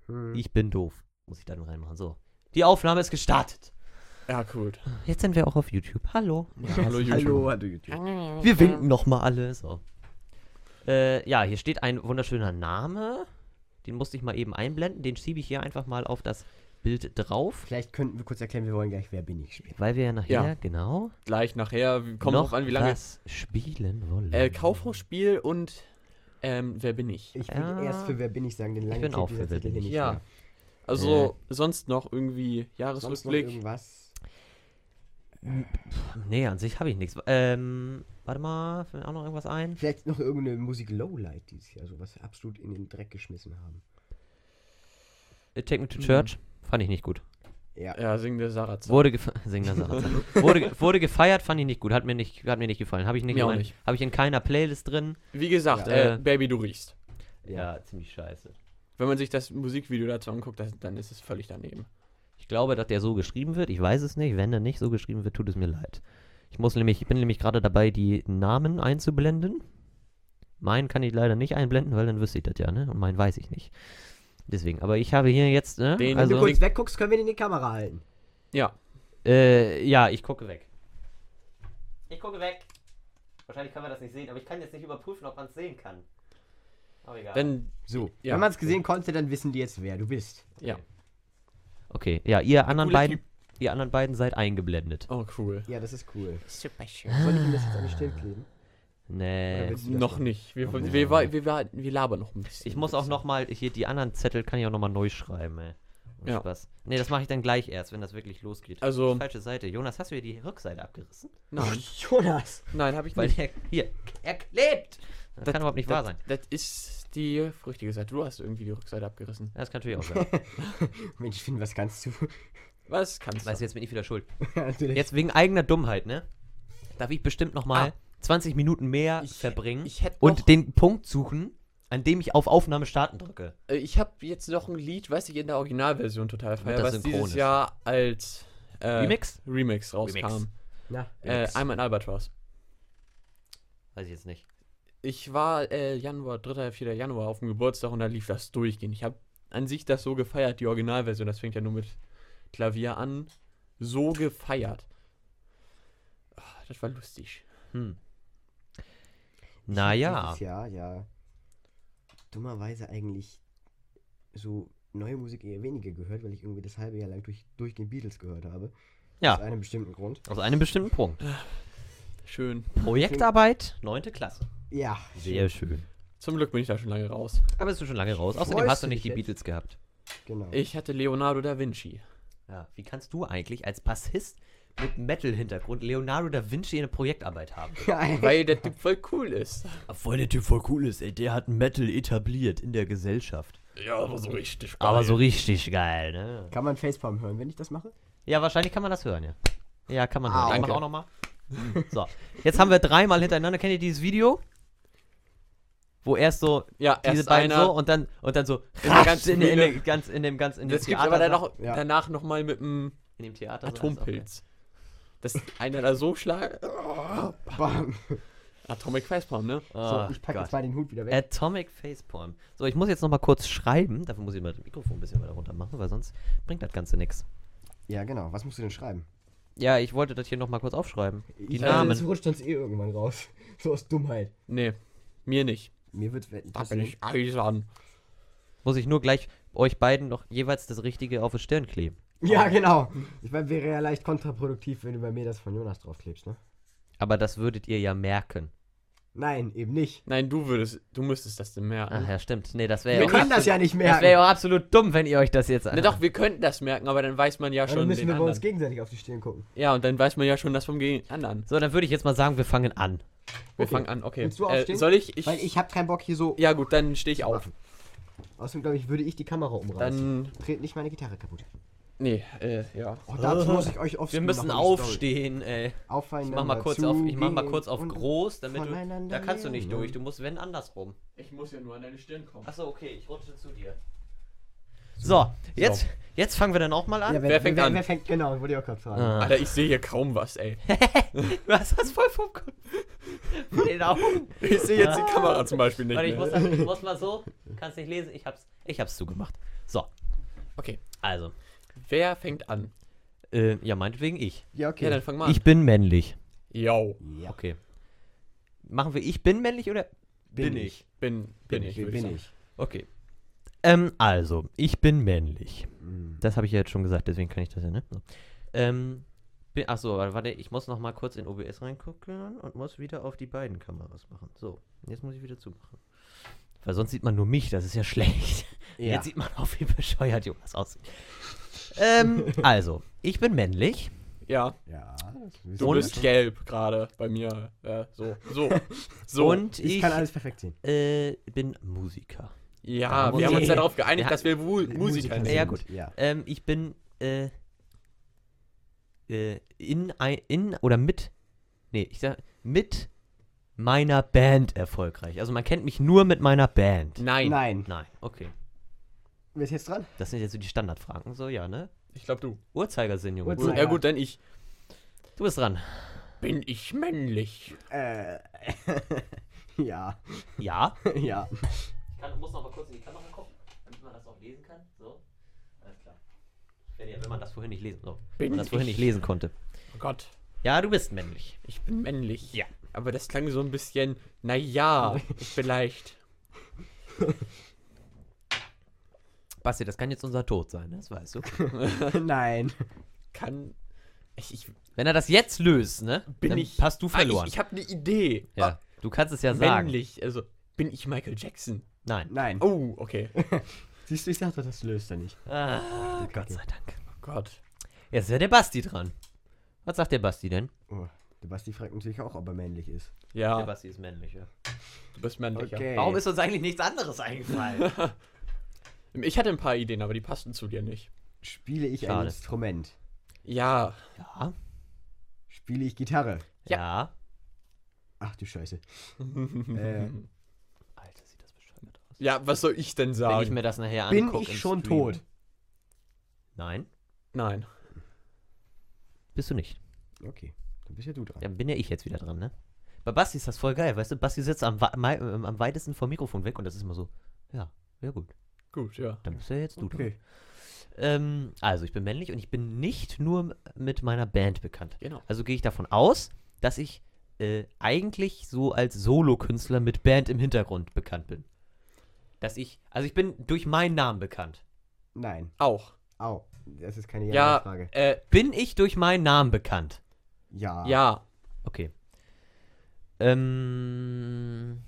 Speaker 2: Hm.
Speaker 3: Mhm.
Speaker 1: Ich bin doof. Muss ich da nur reinmachen. So. Die Aufnahme ist gestartet.
Speaker 3: Ja, cool.
Speaker 1: Jetzt sind wir auch auf YouTube. Hallo.
Speaker 3: Hallo, YouTube.
Speaker 2: Hallo, hallo YouTube.
Speaker 1: Wir winken nochmal alle. So. Äh, ja, hier steht ein wunderschöner Name. Den musste ich mal eben einblenden. Den schiebe ich hier einfach mal auf das Bild drauf.
Speaker 2: Vielleicht könnten wir kurz erklären, wir wollen gleich Wer bin ich spielen.
Speaker 1: Weil wir ja nachher,
Speaker 3: Ja.
Speaker 1: genau,
Speaker 3: Gleich nachher. Kommt
Speaker 1: noch
Speaker 3: drauf an, wie lange.
Speaker 1: das spielen wollen.
Speaker 3: Äh, Kaufhausspiel und ähm, wer bin ich?
Speaker 2: Ich würde
Speaker 1: Ja.
Speaker 2: erst für Wer bin ich sagen, den langen
Speaker 1: bin auch für Wer bin ich.
Speaker 3: Ja.
Speaker 2: Ja.
Speaker 3: Also sonst noch irgendwie
Speaker 2: Sonst noch
Speaker 3: Jahresrückblick.
Speaker 2: irgendwas?
Speaker 1: Nee, an sich habe ich nichts. Ähm, warte mal, fällt mir auch noch irgendwas ein?
Speaker 2: Vielleicht noch irgendeine Musik Lowlight dieses Jahr, so was wir absolut in den Dreck geschmissen haben.
Speaker 1: Äh, Take
Speaker 3: Hm.
Speaker 1: me to church. Fand ich nicht gut.
Speaker 2: Ja.
Speaker 3: Ja, singen der Sarazan.
Speaker 1: Wurde, gefe Sing das anders. wurde, ge- wurde gefeiert, fand ich nicht gut. Hat mir nicht, hat mir nicht gefallen. Habe ich nicht,
Speaker 3: Mir auch
Speaker 1: in mein-
Speaker 3: nicht.
Speaker 1: Hab ich in keiner Playlist drin.
Speaker 3: Wie gesagt,
Speaker 1: Ja.
Speaker 3: äh,
Speaker 1: Äh,
Speaker 3: Baby, du riechst.
Speaker 2: Ja.
Speaker 1: ziemlich scheiße.
Speaker 3: Wenn man sich das Musikvideo dazu anguckt, das, dann ist es völlig daneben.
Speaker 1: Ich glaube, dass der so geschrieben wird. Ich weiß es nicht. Wenn er nicht so geschrieben wird, tut es mir leid. Ich muss nämlich, ich bin nämlich gerade dabei, die Namen einzublenden. Meinen kann ich leider nicht einblenden, weil dann wüsste ich das ja, ne? Und meinen weiß ich nicht. Deswegen, aber ich habe hier jetzt, ne?
Speaker 3: Den-
Speaker 2: Wenn
Speaker 1: also,
Speaker 2: du kurz wegguckst, können wir den in die Kamera halten.
Speaker 3: Ja,
Speaker 1: Äh, ja, ich gucke weg. Ich gucke weg. Wahrscheinlich kann man das nicht sehen, aber ich kann jetzt nicht überprüfen, ob man es sehen kann. Aber egal.
Speaker 3: dann,
Speaker 2: So.
Speaker 3: Ja.
Speaker 2: Wenn man es gesehen konnte, dann wissen die jetzt, wer du bist.
Speaker 3: ja.
Speaker 1: okay, ja, ihr anderen
Speaker 3: Cooler
Speaker 1: beiden, ihr anderen beiden seid eingeblendet.
Speaker 3: Oh, cool.
Speaker 2: Ja, das ist cool. Super schön. Soll ich ihm das jetzt an die Stirn kleben? Oder
Speaker 1: Nee.
Speaker 2: willst du das
Speaker 3: Noch nicht. Wir, wir, wir, wa- wir, wa- wir labern noch ein bisschen.
Speaker 1: Ich muss auch nochmal, hier die anderen Zettel kann ich auch nochmal neu schreiben, ey. Und
Speaker 3: Ja.
Speaker 1: Spaß. Nee, das mache ich dann gleich erst, wenn das wirklich losgeht.
Speaker 3: Also-
Speaker 1: Falsche Seite. Jonas, hast du dir die Rückseite abgerissen?
Speaker 3: Nein,
Speaker 2: Jonas!
Speaker 3: nein, habe ich
Speaker 1: Weil
Speaker 3: nicht.
Speaker 1: der, hier, er klebt! Das, kann überhaupt nicht wahr sein.
Speaker 3: Das ist die richtige Seite. Du hast irgendwie die Rückseite abgerissen.
Speaker 1: Ja, Das kann natürlich auch sein.
Speaker 2: Mensch, Finn, was kannst du?
Speaker 3: Was kannst
Speaker 1: Weißt du,
Speaker 3: du?
Speaker 1: jetzt bin ich wieder schuld.
Speaker 2: Natürlich.
Speaker 1: Jetzt wegen eigener Dummheit, ne? Darf ich bestimmt nochmal mal 20 Minuten mehr
Speaker 3: Ich-
Speaker 1: verbringen
Speaker 3: ich hätt noch-
Speaker 1: und den Punkt suchen, an dem ich auf Aufnahme starten drücke.
Speaker 3: Äh, Ich habe jetzt noch ein Lied, was ich in der Originalversion total feiere,
Speaker 1: das
Speaker 3: was
Speaker 1: synchron
Speaker 3: dieses
Speaker 1: ist.
Speaker 3: Jahr als äh,
Speaker 1: Remix?
Speaker 3: Remix rauskam.
Speaker 1: Remix.
Speaker 2: Na,
Speaker 3: Äh, I'm an Albatross.
Speaker 1: Weiß ich jetzt nicht.
Speaker 3: Ich war äh, Januar, 3. 4. Januar auf dem Geburtstag und da lief das durchgehend. Ich habe an sich das so gefeiert, die Originalversion. Das fängt ja nur mit Klavier an. So gefeiert. Ah, Das war lustig.
Speaker 1: Hm. Naja.
Speaker 2: Dieses Jahr, ja. Dummerweise eigentlich so neue Musik eher weniger gehört, weil ich irgendwie das halbe Jahr lang durch, durch den Beatles gehört habe. Aus
Speaker 1: Ja,
Speaker 2: einem bestimmten Grund.
Speaker 1: aus einem bestimmten Punkt.
Speaker 3: Schön.
Speaker 1: Projektarbeit, neunte Klasse.
Speaker 2: Ja.
Speaker 1: Sehr schön.
Speaker 3: Zum Glück bin ich da schon lange raus.
Speaker 1: Aber bist du schon lange raus. Außerdem
Speaker 2: Freust
Speaker 1: hast du
Speaker 2: du
Speaker 1: nicht die
Speaker 2: dich
Speaker 1: Beatles
Speaker 2: jetzt?
Speaker 1: gehabt.
Speaker 2: Genau.
Speaker 3: Ich hatte Leonardo da Vinci.
Speaker 1: Ja. Wie kannst du eigentlich als Bassist mit Metal-Hintergrund Leonardo da Vinci eine Projektarbeit haben.
Speaker 3: Weil der Typ voll cool ist.
Speaker 1: Obwohl der Typ voll cool ist, ey. Der hat Metal etabliert in der Gesellschaft.
Speaker 3: Ja, aber so richtig
Speaker 1: Aber so richtig geil, ne?
Speaker 2: Kann man Facepalm hören, wenn ich das mache?
Speaker 1: Ja, wahrscheinlich kann man das hören, ja. Ja, kann man hören.
Speaker 2: Au.
Speaker 1: Kann man
Speaker 3: Danke.
Speaker 1: auch nochmal. So, jetzt haben wir dreimal hintereinander. Kennt ihr dieses Video? Wo erst so
Speaker 3: Ja,
Speaker 1: diese
Speaker 3: erst
Speaker 1: beiden
Speaker 3: einer.
Speaker 1: so und dann und dann so
Speaker 3: der
Speaker 1: ganz in, in,
Speaker 3: Bühne.
Speaker 1: dem- ganz in dem ganz in dem
Speaker 3: das gibt aber
Speaker 1: Theatersaal-
Speaker 3: dann auch,
Speaker 2: Ja.
Speaker 3: danach nochmal mit einem
Speaker 1: in dem Theater
Speaker 3: Atompilz. Dass einer da so schlagt.
Speaker 1: Ah,
Speaker 2: Bam.
Speaker 3: Atomic Facepalm, ne?
Speaker 2: So, ich packe jetzt mal den Hut wieder weg.
Speaker 1: Atomic Facepalm. So, ich muss jetzt noch mal kurz schreiben. Dafür muss ich mal das Mikrofon ein bisschen weiter runter machen, weil sonst bringt das Ganze nichts.
Speaker 2: Ja, genau. Was musst du denn schreiben?
Speaker 1: Ja, ich wollte das hier noch mal kurz aufschreiben. Die
Speaker 2: ich
Speaker 1: Namen.
Speaker 2: Das rutscht uns eh irgendwann raus. So aus Dummheit.
Speaker 3: Nee, mir nicht.
Speaker 2: Mir wird wetten.
Speaker 3: Da bin ich eisern.
Speaker 1: Muss ich nur gleich euch beiden noch jeweils das Richtige auf die Stirn kleben. Oh.
Speaker 2: Ja, genau. Ich meine, wäre ja leicht kontraproduktiv, wenn du bei mir das von Jonas draufklebst, ne?
Speaker 1: Aber das würdet ihr ja merken.
Speaker 2: Nein, eben nicht.
Speaker 3: Nein, du würdest, du müsstest das denn merken.
Speaker 1: Ach ja, stimmt. Nee, das wäre
Speaker 2: Wir
Speaker 1: ja, auch
Speaker 2: können das ja nicht
Speaker 1: das wär ja
Speaker 2: merken.
Speaker 1: auch absolut dumm, wenn ihr euch das jetzt
Speaker 3: Na doch, wir könnten das merken, aber dann weiß man ja
Speaker 2: Dann
Speaker 3: schon
Speaker 2: müssen
Speaker 3: den
Speaker 2: wir bei uns
Speaker 3: anderen.
Speaker 2: gegenseitig auf die Stirn gucken.
Speaker 3: Ja, und dann weiß man ja schon das vom Gegen anderen.
Speaker 1: So, dann würde ich jetzt mal sagen, wir fangen an.
Speaker 3: Wir
Speaker 2: Okay.
Speaker 3: fangen an, okay.
Speaker 2: Willst du
Speaker 3: äh,
Speaker 2: aufstehen?
Speaker 3: soll ich? ich,
Speaker 2: Weil ich habe keinen Bock hier so.
Speaker 3: Ja gut, dann stehe ich auf.
Speaker 2: Außerdem, glaube ich, würde ich die Kamera umreißen.
Speaker 3: Dann,
Speaker 2: Dreht nicht meine Gitarre kaputt.
Speaker 3: nee, äh, ja.
Speaker 2: Oh, dazu muss ich euch offscreen
Speaker 1: Wir müssen
Speaker 2: noch eine Story-
Speaker 1: aufstehen, ey. Ich
Speaker 2: Aufeinander
Speaker 1: mach mal kurz auf, ich mach mal kurz auf
Speaker 2: zugehen
Speaker 1: groß, damit du.
Speaker 2: voneinander
Speaker 1: Da kannst du nicht
Speaker 2: lernen.
Speaker 1: durch. Du musst wenn andersrum.
Speaker 3: Ich muss ja nur an deine Stirn kommen.
Speaker 1: Achso, okay, ich rutsche zu dir. So, jetzt, jetzt fangen wir dann auch mal an.
Speaker 2: Ja, wer,
Speaker 3: Wer fängt
Speaker 2: wer,
Speaker 3: an?
Speaker 2: Wer fängt, genau, wollte ich auch gerade fragen.
Speaker 1: Ah.
Speaker 3: Alter, ich sehe hier kaum was, ey.
Speaker 1: Du hast das voll vom Kopf. Von den Augen.
Speaker 3: Ich sehe jetzt die Kamera zum Beispiel nicht.
Speaker 1: Warte, ich muss,
Speaker 3: Mehr.
Speaker 1: das, ich muss mal so. Kannst nicht lesen. Ich hab's, ich hab's zugemacht. So,
Speaker 3: Okay,
Speaker 1: also.
Speaker 3: wer fängt an?
Speaker 1: Äh, ja, meinetwegen ich.
Speaker 2: Ja,
Speaker 3: Ja, dann
Speaker 2: okay.
Speaker 3: fang mal an.
Speaker 1: Ich bin männlich.
Speaker 3: Yo,
Speaker 2: Ja,
Speaker 1: Okay. Machen wir ich bin männlich oder
Speaker 2: Bin ich.
Speaker 3: bin, bin, ich.
Speaker 2: bin,
Speaker 3: würde ich sagen.
Speaker 2: ich.
Speaker 1: Okay. Ähm, also, ich bin männlich.
Speaker 2: Mm.
Speaker 1: Das habe ich ja jetzt schon gesagt, deswegen kann ich das ja, ne? So. Ähm, bin, ach so, warte, warte, ich muss noch mal kurz in OBS reingucken und muss wieder auf die beiden Kameras machen. So, jetzt muss ich wieder zumachen. Weil sonst sieht man nur mich, das ist ja schlecht.
Speaker 2: Ja.
Speaker 1: Jetzt sieht man auch, wie bescheuert Jonas aussieht. ähm, also, ich bin männlich.
Speaker 3: Ja,
Speaker 2: ja.
Speaker 3: du
Speaker 1: Und?
Speaker 3: bist gelb gerade bei mir. Ja, so, so, so.
Speaker 1: Und
Speaker 2: Ich
Speaker 1: ich,
Speaker 2: kann alles perfekt sehen.
Speaker 1: äh, bin Musiker. Da
Speaker 3: Ja, wir
Speaker 1: muss
Speaker 3: haben uns
Speaker 1: ich-
Speaker 3: ja darauf geeinigt,
Speaker 1: Ja.
Speaker 3: dass wir Wu- Musiker
Speaker 2: Musiker
Speaker 3: sind.
Speaker 1: Ja, ja,
Speaker 2: sind,
Speaker 1: gut.
Speaker 2: Ja.
Speaker 1: Ähm, ich bin äh, äh, in, ein, in oder mit, nee, ich sag mit meiner Band erfolgreich. Also man kennt mich nur mit meiner Band.
Speaker 3: Nein,
Speaker 2: Nein.
Speaker 1: Nein, okay.
Speaker 2: Wer ist jetzt dran?
Speaker 1: Das sind jetzt so die Standardfragen. So, ja, ne?
Speaker 3: ich glaube du.
Speaker 1: Uhrzeigersinn, Junge.
Speaker 2: Uhrzeigersinn.
Speaker 3: Ja,
Speaker 2: Ja.
Speaker 3: gut, dann ich.
Speaker 1: Du bist dran.
Speaker 3: Bin ich männlich?
Speaker 2: Äh. ja.
Speaker 1: Ja.
Speaker 2: Ja.
Speaker 1: Ich kann, muss noch mal kurz in die Kamera gucken, damit man das auch lesen kann. So. Alles klar. Wenn, ihr- wenn man das vorhin nicht lesen, so. wenn
Speaker 3: Bin
Speaker 1: man das vorhin
Speaker 3: ich-
Speaker 1: nicht lesen konnte.
Speaker 3: Oh Gott,
Speaker 1: Ja, du bist männlich.
Speaker 3: ich bin männlich.
Speaker 1: Ja.
Speaker 3: Aber das klang so ein bisschen, naja, vielleicht.
Speaker 1: Basti, das kann jetzt unser Tod sein, ne? das weißt du.
Speaker 2: Nein.
Speaker 3: Kann. Ich, ich
Speaker 1: Wenn er das jetzt löst, ne?
Speaker 3: bin
Speaker 1: dann
Speaker 3: ich.
Speaker 1: Hast du
Speaker 3: Ah,
Speaker 1: verloren.
Speaker 3: ich ich habe eine Idee.
Speaker 1: ja. Du kannst es ja
Speaker 3: Ah,
Speaker 1: sagen.
Speaker 3: männlich. Also, bin ich Michael Jackson?
Speaker 1: Nein.
Speaker 2: Nein.
Speaker 3: Oh, okay. Oh
Speaker 2: Siehst du, ich dachte, das löst er nicht.
Speaker 1: Ah, Gott
Speaker 2: Kacke.
Speaker 1: sei Dank.
Speaker 3: Gott.
Speaker 1: Jetzt wäre der Basti dran. Was sagt der Basti denn?
Speaker 2: Oh, der Basti fragt natürlich auch, ob er männlich ist.
Speaker 1: Der
Speaker 3: Ja,
Speaker 1: Basti ist männlich, ja.
Speaker 3: du bist männlich. ja.
Speaker 1: Warum ist uns eigentlich nichts anderes eingefallen?
Speaker 3: Ich hatte ein paar Ideen, aber die passten zu dir nicht.
Speaker 2: Spiele ich ein
Speaker 1: Schade.
Speaker 2: Instrument?
Speaker 3: Ja,
Speaker 1: ja.
Speaker 2: Spiele ich Gitarre?
Speaker 1: Ja.
Speaker 3: Ja.
Speaker 2: Ach du Scheiße. äh,
Speaker 1: Alter, sieht das bescheuert aus.
Speaker 3: ja, was soll ich denn
Speaker 1: Wenn
Speaker 3: sagen?
Speaker 1: ich mir das nachher
Speaker 2: bin
Speaker 1: angucke.
Speaker 2: ich
Speaker 1: im
Speaker 2: schon
Speaker 1: Stream.
Speaker 2: tot?
Speaker 1: Nein,
Speaker 3: Nein.
Speaker 1: bist du nicht.
Speaker 2: Okay, dann bist ja du dran.
Speaker 1: Dann bin ja ich jetzt wieder dran, ne? Bei Basti ist das voll geil, weißt du? Basti sitzt am, wa- mei- ähm, am weitesten vom Mikrofon weg und das ist immer so, ja, ja gut,
Speaker 3: Gut, ja.
Speaker 1: dann bist du ja jetzt du dran.
Speaker 2: Okay.
Speaker 1: Ähm, also, ich bin männlich und ich bin nicht nur mit meiner Band bekannt.
Speaker 3: Genau.
Speaker 1: Also gehe ich davon aus, dass ich äh, eigentlich so als Solokünstler mit Band im Hintergrund bekannt bin. Dass ich, also ich bin durch meinen Namen bekannt.
Speaker 2: Nein.
Speaker 3: Auch.
Speaker 2: Au. Das ist keine
Speaker 3: Ja,
Speaker 2: Ja-Frage.
Speaker 3: äh,
Speaker 1: Bin ich durch meinen Namen bekannt?
Speaker 2: Ja.
Speaker 3: ja.
Speaker 1: Okay. Ähm,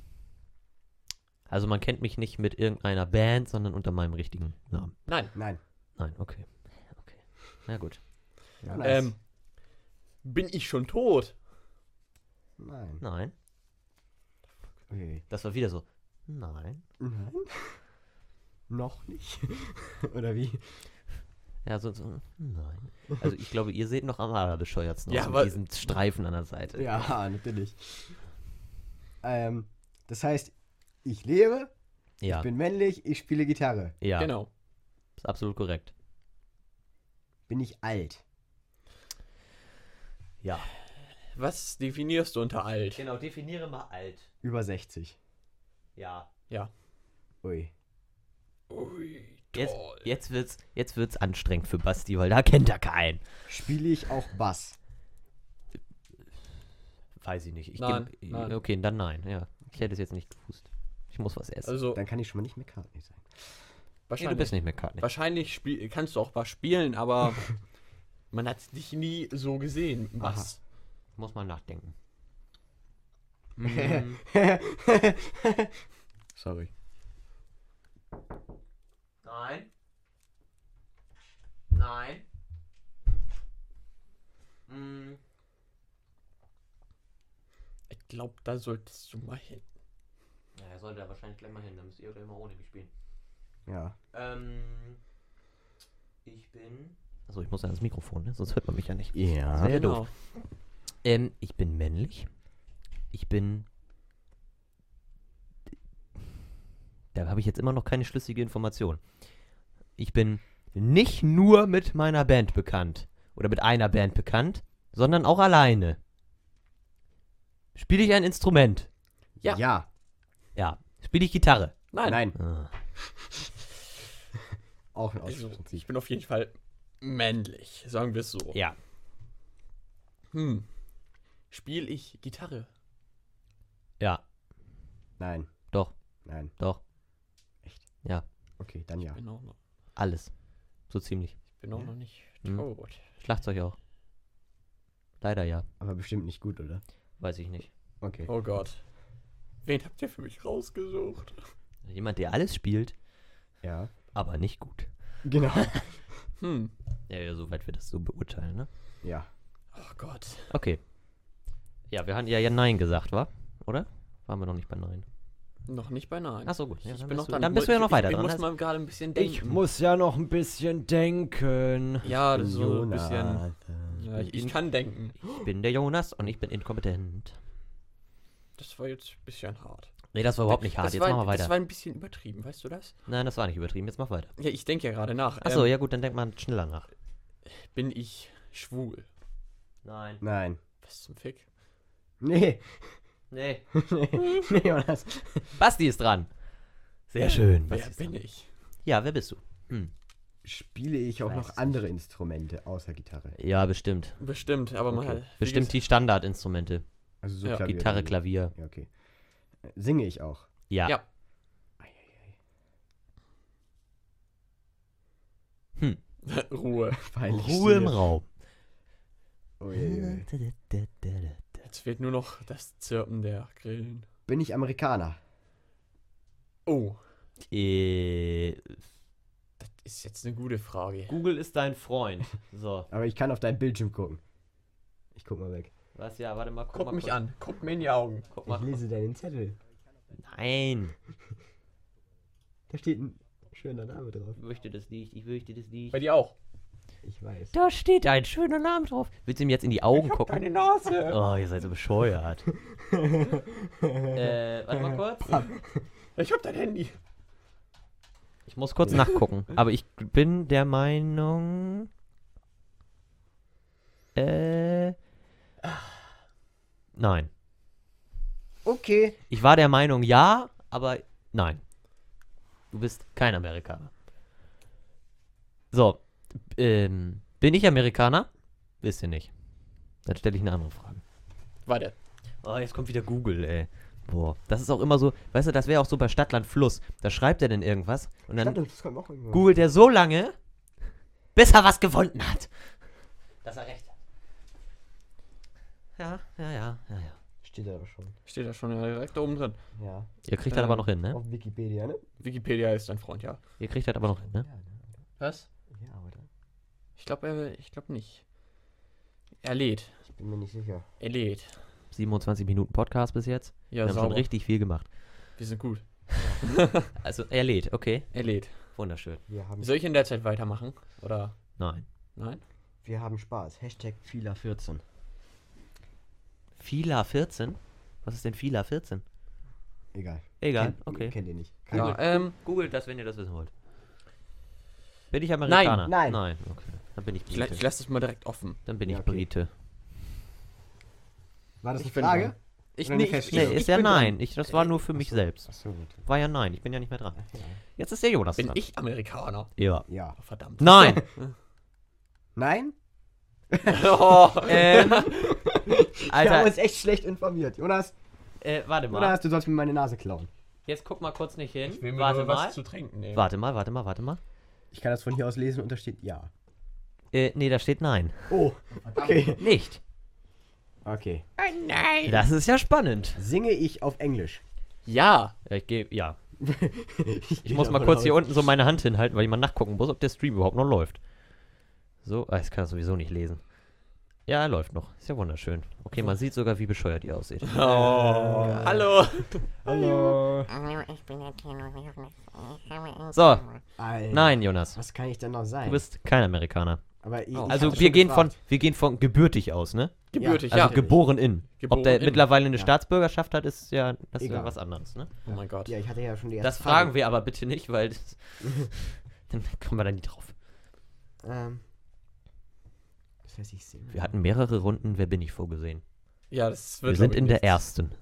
Speaker 1: also man kennt mich nicht mit irgendeiner Band, sondern unter meinem richtigen Namen.
Speaker 3: Nein.
Speaker 2: Nein.
Speaker 1: Nein, okay. Okay. Na gut.
Speaker 2: Ja,
Speaker 3: Ähm, Bin ich schon tot?
Speaker 2: Nein.
Speaker 1: Nein.
Speaker 2: Okay.
Speaker 1: Das war wieder so. Nein.
Speaker 2: Nein? Noch nicht? Oder wie?
Speaker 1: Ja, so, so nein. Also ich glaube, ihr seht noch am allerbescheuertsten
Speaker 3: Ja,
Speaker 1: aus
Speaker 3: aber-
Speaker 1: mit diesem Streifen an der Seite.
Speaker 2: Ja, natürlich. Ähm, das heißt, ich lebe,
Speaker 1: Ja,
Speaker 2: ich bin männlich, ich spiele Gitarre.
Speaker 1: ja
Speaker 3: Genau.
Speaker 1: ist absolut korrekt.
Speaker 2: Bin ich alt?
Speaker 1: Ja.
Speaker 3: Was definierst du unter alt?
Speaker 1: Genau, definiere mal alt.
Speaker 2: Über 60.
Speaker 1: Ja.
Speaker 2: Ui.
Speaker 3: Ui,
Speaker 1: Jetzt, jetzt, wird's, jetzt wird's anstrengend für Basti, weil da kennt er keinen.
Speaker 2: Spiele ich auch Bass?
Speaker 1: Weiß ich nicht. Ich
Speaker 3: Nein,
Speaker 1: geb-
Speaker 3: nein.
Speaker 1: Okay, dann nein, ja. Ich hätte es jetzt nicht gewusst. Ich muss was essen.
Speaker 3: Also,
Speaker 2: Dann kann ich schon mal nicht McCartney sein.
Speaker 1: nee, du
Speaker 3: wahrscheinlich,
Speaker 1: bist nicht McCartney.
Speaker 3: wahrscheinlich spiel, kannst du auch was spielen, aber man hat dich nie so gesehen. Was?
Speaker 1: Muss mal nachdenken.
Speaker 2: Sorry.
Speaker 1: Nein. Nein. Hm.
Speaker 3: Ich glaube, da solltest du mal hin.
Speaker 1: Ja, er sollte da wahrscheinlich gleich mal hin, dann müsst ihr immer ohne mich spielen.
Speaker 2: Ja.
Speaker 1: Ähm, ich bin. Achso, ich muss ja ans Mikrofon, ne? sonst hört man mich ja nicht.
Speaker 2: Ja.
Speaker 1: Sehr doof. Ähm, ich bin männlich. Ich bin. Da habe ich jetzt immer noch keine schlüssige Information. Ich bin nicht nur mit meiner Band bekannt. Oder mit einer Band bekannt, sondern auch alleine. Spiele ich ein Instrument?
Speaker 3: Ja.
Speaker 2: ja.
Speaker 1: Ja. Spiele ich Gitarre?
Speaker 3: Nein.
Speaker 2: Nein.
Speaker 1: Ah.
Speaker 2: Auch ein
Speaker 3: Also,
Speaker 2: Ausschlussprinzip.
Speaker 3: ich bin auf jeden Fall männlich, sagen wir es so.
Speaker 1: Ja.
Speaker 3: Hm. Spiel ich Gitarre?
Speaker 1: Ja.
Speaker 2: Nein.
Speaker 1: Doch.
Speaker 2: Nein.
Speaker 1: Doch.
Speaker 2: Echt?
Speaker 1: Ja.
Speaker 2: Okay, dann ja.
Speaker 3: Bin auch noch,
Speaker 1: Alles. So ziemlich.
Speaker 3: bin auch
Speaker 2: Ja.
Speaker 3: noch nicht
Speaker 1: Hm.
Speaker 3: tot.
Speaker 1: Schlagzeug auch. Leider ja.
Speaker 2: Aber bestimmt nicht gut, oder?
Speaker 1: Weiß ich nicht.
Speaker 2: Okay.
Speaker 3: Oh Gott. Wen habt ihr für mich rausgesucht?
Speaker 1: Jemand, der alles spielt,
Speaker 2: Ja.
Speaker 1: aber nicht gut.
Speaker 2: Genau.
Speaker 3: Hm.
Speaker 1: Ja, ja, soweit wir das so beurteilen, ne?
Speaker 2: ja.
Speaker 3: Oh Gott.
Speaker 1: Okay. Ja, wir haben ja, ja Nein gesagt, wa? Oder? Waren wir noch nicht bei Nein.
Speaker 3: Noch nicht bei Nein.
Speaker 1: Ach so, gut. Ja,
Speaker 3: ich
Speaker 1: dann
Speaker 3: bin
Speaker 1: bist
Speaker 3: noch
Speaker 1: du-
Speaker 3: dran.
Speaker 1: dann
Speaker 3: Ich
Speaker 1: bist
Speaker 3: mu-
Speaker 1: du ja noch
Speaker 3: ich-
Speaker 1: weiter
Speaker 3: Ich
Speaker 1: dran,
Speaker 3: muss
Speaker 1: also-
Speaker 3: mal gerade ein bisschen denken.
Speaker 4: muss ja noch ein bisschen denken.
Speaker 3: ja, das ist so ein bisschen.
Speaker 2: Jonathan.
Speaker 3: Ja, ich, ich kann denken.
Speaker 1: Ich bin der Jonas und ich bin inkompetent.
Speaker 3: Das war jetzt ein bisschen hart.
Speaker 1: Nee, das war überhaupt nicht hart.
Speaker 3: Das
Speaker 1: Jetzt
Speaker 3: war,
Speaker 1: machen wir
Speaker 3: Das
Speaker 1: weiter.
Speaker 3: war ein bisschen übertrieben, weißt du das?
Speaker 1: Nein, das war nicht übertrieben. Jetzt mach weiter.
Speaker 3: Ja, ich denke ja gerade nach.
Speaker 1: Achso,
Speaker 3: Ähm,
Speaker 1: ja gut, dann denkt man schneller nach.
Speaker 3: Bin ich schwul?
Speaker 1: Nein.
Speaker 2: Nein.
Speaker 3: Was zum Fick?
Speaker 2: Nee.
Speaker 1: Nee.
Speaker 2: nee, Jonas.
Speaker 1: Basti ist dran. Sehr schön.
Speaker 3: Wer
Speaker 1: Basti ist
Speaker 3: bin
Speaker 1: dran.
Speaker 3: ich?
Speaker 1: Ja, wer bist du?
Speaker 2: Spiele ich auch
Speaker 1: Weiß
Speaker 2: noch
Speaker 1: nicht.
Speaker 2: andere Instrumente außer Gitarre?
Speaker 1: Ja, bestimmt.
Speaker 3: Bestimmt, aber
Speaker 2: Okay.
Speaker 3: mal. wie
Speaker 1: Bestimmt die Standardinstrumente.
Speaker 2: Also so
Speaker 3: Ja.
Speaker 2: Klavier.
Speaker 1: Gitarre, Klavier.
Speaker 2: Ja, okay. Äh, Singe ich auch?
Speaker 1: Ja.
Speaker 3: Ja. gesagt- Ruhe.
Speaker 2: Weil ich
Speaker 1: Hm. Ruhe im
Speaker 2: singe.
Speaker 1: Raum.
Speaker 2: Oh, je, je.
Speaker 3: Jetzt fehlt nur noch das Zirpen der Grillen.
Speaker 2: Bin ich Amerikaner?
Speaker 3: Oh,
Speaker 1: Äh,
Speaker 3: das ist jetzt eine gute Frage.
Speaker 1: Google ist dein Freund. So,
Speaker 2: Aber ich kann auf dein Bildschirm gucken. Ich guck mal weg.
Speaker 1: was ja, warte mal, guck,
Speaker 3: Guck
Speaker 1: mal
Speaker 3: mich
Speaker 1: kurz.
Speaker 3: an, guck mir in die Augen.
Speaker 1: Guck
Speaker 2: Ich
Speaker 1: mal.
Speaker 2: lese deinen Zettel.
Speaker 1: Nein,
Speaker 2: Da steht ein schöner Name drauf.
Speaker 1: ich fürchte das nicht, ich fürchte das nicht.
Speaker 3: Bei dir auch.
Speaker 2: Ich weiß.
Speaker 1: Da steht ein schöner Name drauf. Willst du ihm jetzt in die Augen gucken?
Speaker 3: Deine Nase.
Speaker 1: Oh, ihr seid so bescheuert. äh, warte mal kurz.
Speaker 3: Ich hab dein Handy.
Speaker 1: Ich muss kurz nachgucken. Aber ich bin der Meinung. Äh. Nein.
Speaker 2: Okay.
Speaker 1: Ich war der Meinung, ja, aber nein. Du bist kein Amerikaner. So, ähm, bin ich Amerikaner? Wisst ihr nicht. Dann stelle ich eine andere Frage.
Speaker 3: Warte.
Speaker 1: Oh, jetzt kommt wieder Google, ey. Boah, das ist auch immer so, weißt du, das wäre auch so bei Stadtland Fluss. Da schreibt er denn irgendwas und dann
Speaker 2: das kommt auch irgendwann.
Speaker 1: googelt er so lange, bis er was gefunden hat. Dass er recht hat. Ja, ja, ja, ja, ja.
Speaker 2: Steht da aber schon.
Speaker 3: Steht da schon direkt da oben drin.
Speaker 2: Ja.
Speaker 1: Ihr kriegt das
Speaker 3: Ähm,
Speaker 1: aber noch hin, ne?
Speaker 2: Auf Wikipedia, ne?
Speaker 3: Wikipedia ist dein Freund, ja.
Speaker 1: Ihr kriegt das aber noch hin, ne?
Speaker 3: Was?
Speaker 2: Ja, aber da.
Speaker 3: Ich glaube, er, ich glaube nicht. Er lädt.
Speaker 2: Ich Bin mir nicht sicher.
Speaker 3: Elite.
Speaker 1: 27 Minuten Podcast bis jetzt.
Speaker 3: Ja,
Speaker 1: wir haben schon
Speaker 3: sauber.
Speaker 1: richtig viel gemacht.
Speaker 3: Wir sind gut.
Speaker 1: Also, er lädt, okay.
Speaker 3: Elite.
Speaker 1: Wunderschön.
Speaker 2: Wir haben,
Speaker 3: Soll ich in der Zeit weitermachen? Oder?
Speaker 1: Nein.
Speaker 3: Nein?
Speaker 2: wir haben Spaß. Hashtag Fila14.
Speaker 1: Fila 14? Was ist denn Fila 14?
Speaker 2: Egal.
Speaker 1: Egal,
Speaker 2: Kennt-
Speaker 1: okay.
Speaker 2: Kennt ihr nicht. Keine
Speaker 3: Ja, ähm,
Speaker 1: Googelt das, wenn ihr das wissen wollt. Bin ich Amerikaner?
Speaker 2: Nein.
Speaker 1: Nein, okay. Dann bin ich
Speaker 3: ich, la-
Speaker 1: Brite.
Speaker 3: ich lasse das mal direkt offen.
Speaker 1: Dann bin
Speaker 2: Ja,
Speaker 1: ich
Speaker 2: okay.
Speaker 1: Brite.
Speaker 2: War das
Speaker 3: Ich
Speaker 2: eine
Speaker 3: bin
Speaker 2: Frage?
Speaker 3: dran. Ich,
Speaker 2: Oder
Speaker 3: nee,
Speaker 2: eine
Speaker 3: ich,
Speaker 2: Ja,
Speaker 1: Nee,
Speaker 2: ich
Speaker 1: ist ja
Speaker 3: bin dran.
Speaker 1: nein. Ich, das war nur für mich selbst.
Speaker 2: Achso, gut.
Speaker 1: War ja nein. Ich bin ja nicht mehr dran.
Speaker 2: Ja.
Speaker 1: Jetzt ist der Jonas
Speaker 3: Bin
Speaker 1: dran.
Speaker 3: ich Amerikaner?
Speaker 1: Ja.
Speaker 2: ja.
Speaker 3: Oh, verdammt.
Speaker 1: Nein!
Speaker 2: Nein?
Speaker 3: oh,
Speaker 1: ähm,
Speaker 2: Wir haben
Speaker 1: Alter,
Speaker 2: uns echt schlecht informiert. Jonas,
Speaker 1: äh, warte mal.
Speaker 2: Jonas, du sollst mir meine Nase klauen.
Speaker 1: Jetzt guck mal kurz nicht hin.
Speaker 3: ich will mir
Speaker 1: Warte
Speaker 3: nur was
Speaker 1: mal.
Speaker 3: zu trinken nehmen.
Speaker 1: Warte mal, warte mal, warte mal.
Speaker 2: Ich kann das von hier aus lesen und da steht ja.
Speaker 1: Äh, nee, da steht nein.
Speaker 2: Oh, okay.
Speaker 1: Nicht.
Speaker 2: Okay.
Speaker 1: Das ist ja spannend.
Speaker 2: Singe ich auf Englisch?
Speaker 3: Ja.
Speaker 1: Ja, Ich geh, ja.
Speaker 2: ich
Speaker 1: Ich muss mal kurz hier unten so meine Hand hinhalten, weil ich mal nachgucken muss, ob der Stream überhaupt noch läuft. So, ah, ich kann das sowieso nicht lesen. Ja, er läuft noch. Ist ja wunderschön. Okay, man sieht sogar, wie bescheuert ihr aussieht.
Speaker 3: Oh,
Speaker 1: Äh,
Speaker 3: hallo.
Speaker 4: Hallo.
Speaker 5: Hallo, ich bin der Tino Jonas. Ich habe einen
Speaker 1: So.
Speaker 5: Sommer.
Speaker 2: Alter,
Speaker 1: Nein, Jonas.
Speaker 2: Was kann ich denn noch sein?
Speaker 1: Du bist kein Amerikaner.
Speaker 2: Aber ich, ich
Speaker 1: Also
Speaker 2: hatte
Speaker 1: wir
Speaker 2: schon
Speaker 1: gehen von
Speaker 2: gefragt.
Speaker 1: wir gehen von gebürtig aus, ne?
Speaker 3: Gebürtig,
Speaker 1: Also
Speaker 3: ja.
Speaker 2: ge-
Speaker 1: geboren in.
Speaker 3: Geboren
Speaker 1: Ob der
Speaker 3: in.
Speaker 1: mittlerweile eine
Speaker 2: Ja.
Speaker 1: Staatsbürgerschaft hat, ist ja das ist ja
Speaker 2: Egal.
Speaker 1: was anderes, ne?
Speaker 3: oh mein Gott.
Speaker 2: Ja, ich hatte ja schon die erste
Speaker 1: Das fragen wir aber bitte nicht, weil das, dann kommen wir da nie drauf.
Speaker 2: Ähm, das heißt, ich singe.
Speaker 1: Wir hatten mehrere Runden, wer bin ich vorgesehen?
Speaker 3: Ja, das
Speaker 1: Wir
Speaker 3: wird
Speaker 1: sind
Speaker 3: glaub ich,
Speaker 1: in der
Speaker 3: nichts.
Speaker 1: ersten.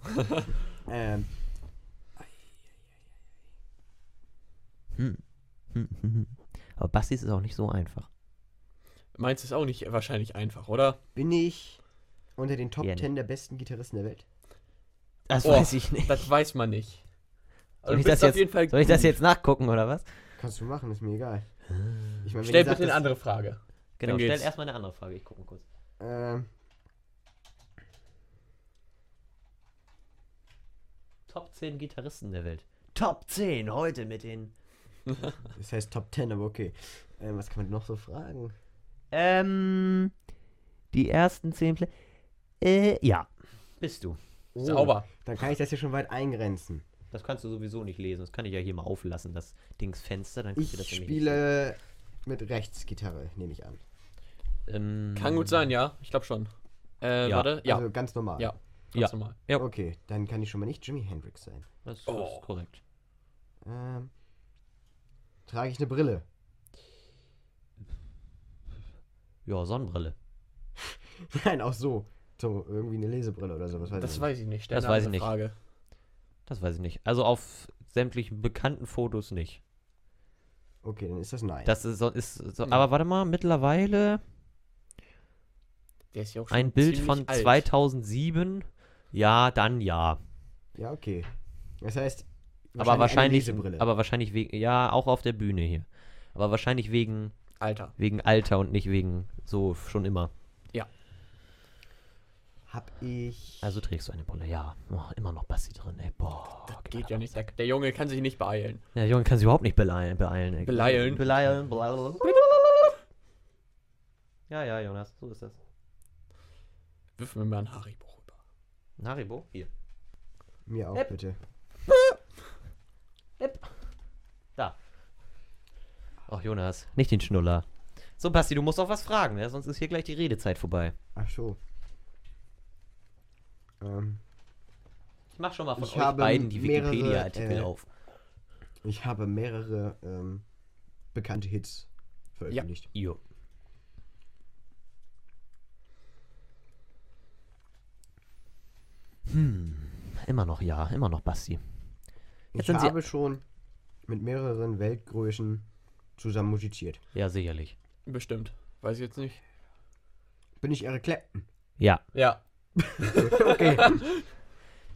Speaker 2: Ähm,
Speaker 1: Aber Bastis ist auch nicht so einfach.
Speaker 3: Meins ist auch nicht wahrscheinlich einfach, oder?
Speaker 2: bin ich unter den Top
Speaker 1: Ja,
Speaker 2: Ten der besten Gitarristen der Welt?
Speaker 1: Das
Speaker 3: Oh,
Speaker 1: weiß ich nicht.
Speaker 3: Das weiß man nicht. Aber
Speaker 1: Soll
Speaker 3: du
Speaker 1: ich,
Speaker 3: bist
Speaker 1: das
Speaker 3: auf
Speaker 1: jetzt,
Speaker 3: jeden Fall
Speaker 1: soll ich das
Speaker 3: gut.
Speaker 1: jetzt nachgucken oder was?
Speaker 2: Kannst du machen, ist mir egal.
Speaker 1: Ah.
Speaker 2: Ich meine,
Speaker 3: Stell
Speaker 2: wenn ihr sagt,
Speaker 3: bitte eine
Speaker 2: dass-
Speaker 3: andere Frage.
Speaker 1: Genau, stell
Speaker 3: geht's.
Speaker 1: erstmal eine andere Frage. Ich gucke mal kurz.
Speaker 2: Ähm,
Speaker 1: Top 10 Gitarristen der Welt. Top 10 heute mit den.
Speaker 2: das heißt Top Ten, aber okay. Ähm, was kann man noch so fragen?
Speaker 1: Ähm. Die ersten 10 Plätze. Äh, ja. Bist du.
Speaker 2: Oh,
Speaker 3: Sauber.
Speaker 2: Dann kann ich das hier schon weit eingrenzen.
Speaker 1: Das kannst du sowieso nicht lesen. Das kann ich ja hier mal auflassen, das Dingsfenster. Dann kriegt
Speaker 2: Ich
Speaker 1: ihr das nämlich nicht
Speaker 2: spiele mit rechts Gitarre, nehme ich an.
Speaker 1: mit. Ähm,
Speaker 3: Kann gut sein, ja. Ich glaube schon. Äh,
Speaker 1: Ja.
Speaker 3: warte. Ja.
Speaker 2: Also ganz normal.
Speaker 3: ja.
Speaker 1: Ja.
Speaker 3: Ganz normal.
Speaker 1: Ja.
Speaker 2: Okay, dann kann ich schon mal nicht Jimi Hendrix sein.
Speaker 1: Das ist
Speaker 3: Oh.
Speaker 1: korrekt.
Speaker 2: Ähm, trage ich eine Brille?
Speaker 1: Ja, Sonnenbrille.
Speaker 2: Nein, auch so. So, irgendwie eine Lesebrille oder sowas. Weiß
Speaker 3: Das
Speaker 2: ich
Speaker 3: weiß ich nicht. Stell
Speaker 1: Das
Speaker 3: eine
Speaker 1: weiß ich
Speaker 3: andere
Speaker 1: nicht.
Speaker 3: Frage.
Speaker 1: Das weiß ich nicht. Also auf sämtlichen bekannten Fotos nicht.
Speaker 2: nicht. Okay, dann ist das nein.
Speaker 1: Das ist so. Ist so
Speaker 3: Hm.
Speaker 1: Aber warte mal, mittlerweile
Speaker 3: Der ist ja auch schon
Speaker 1: ein Bild
Speaker 3: ziemlich
Speaker 1: von
Speaker 3: alt.
Speaker 1: 2007. Ja, dann ja.
Speaker 2: ja, okay. Das heißt,
Speaker 1: Aber wahrscheinlich,
Speaker 2: eine Lesebrille.
Speaker 1: aber wahrscheinlich wegen, ja, auch auf der Bühne hier. Aber wahrscheinlich wegen,
Speaker 3: Alter.
Speaker 1: wegen Alter und nicht wegen so schon immer.
Speaker 2: hab ich.
Speaker 1: Also trägst du eine Brille, ja. Oh, immer noch Basti drin, ey. Boah.
Speaker 3: Geht ja nicht. Der, der Junge kann sich nicht beeilen.
Speaker 1: Ja, Junge, kannst du überhaupt nicht beleilen. Beeilen. Ey.
Speaker 3: Beleilen.
Speaker 1: Beleilen. Beleilen. Ja, ja, Jonas, so ist das.
Speaker 3: Wirf mir mal ein Haribo rüber.
Speaker 1: Haribo? Hier.
Speaker 2: mir auch
Speaker 1: Äpp.
Speaker 2: bitte.
Speaker 1: Ach, Jonas, nicht den Schnuller. So, Basti, du musst auch was fragen, ne? sonst ist hier gleich die Redezeit vorbei.
Speaker 2: Ach so. Ähm,
Speaker 1: Ich mach schon mal von
Speaker 2: Ich
Speaker 1: euch
Speaker 2: habe
Speaker 1: beiden die
Speaker 2: mehrere,
Speaker 1: Wikipedia-Artikel
Speaker 2: äh,
Speaker 1: auf.
Speaker 2: ich habe mehrere ähm, bekannte Hits veröffentlicht.
Speaker 1: Jo. Hm, immer noch ja, immer noch Basti. Jetzt
Speaker 2: ich
Speaker 1: sind Sie-
Speaker 2: habe schon mit mehreren Weltgrößen zusammen musiziert.
Speaker 1: Ja, sicherlich.
Speaker 3: Bestimmt. Weiß ich jetzt nicht.
Speaker 2: Bin ich Eric Clapton?
Speaker 1: Ja.
Speaker 3: Ja.
Speaker 2: Okay.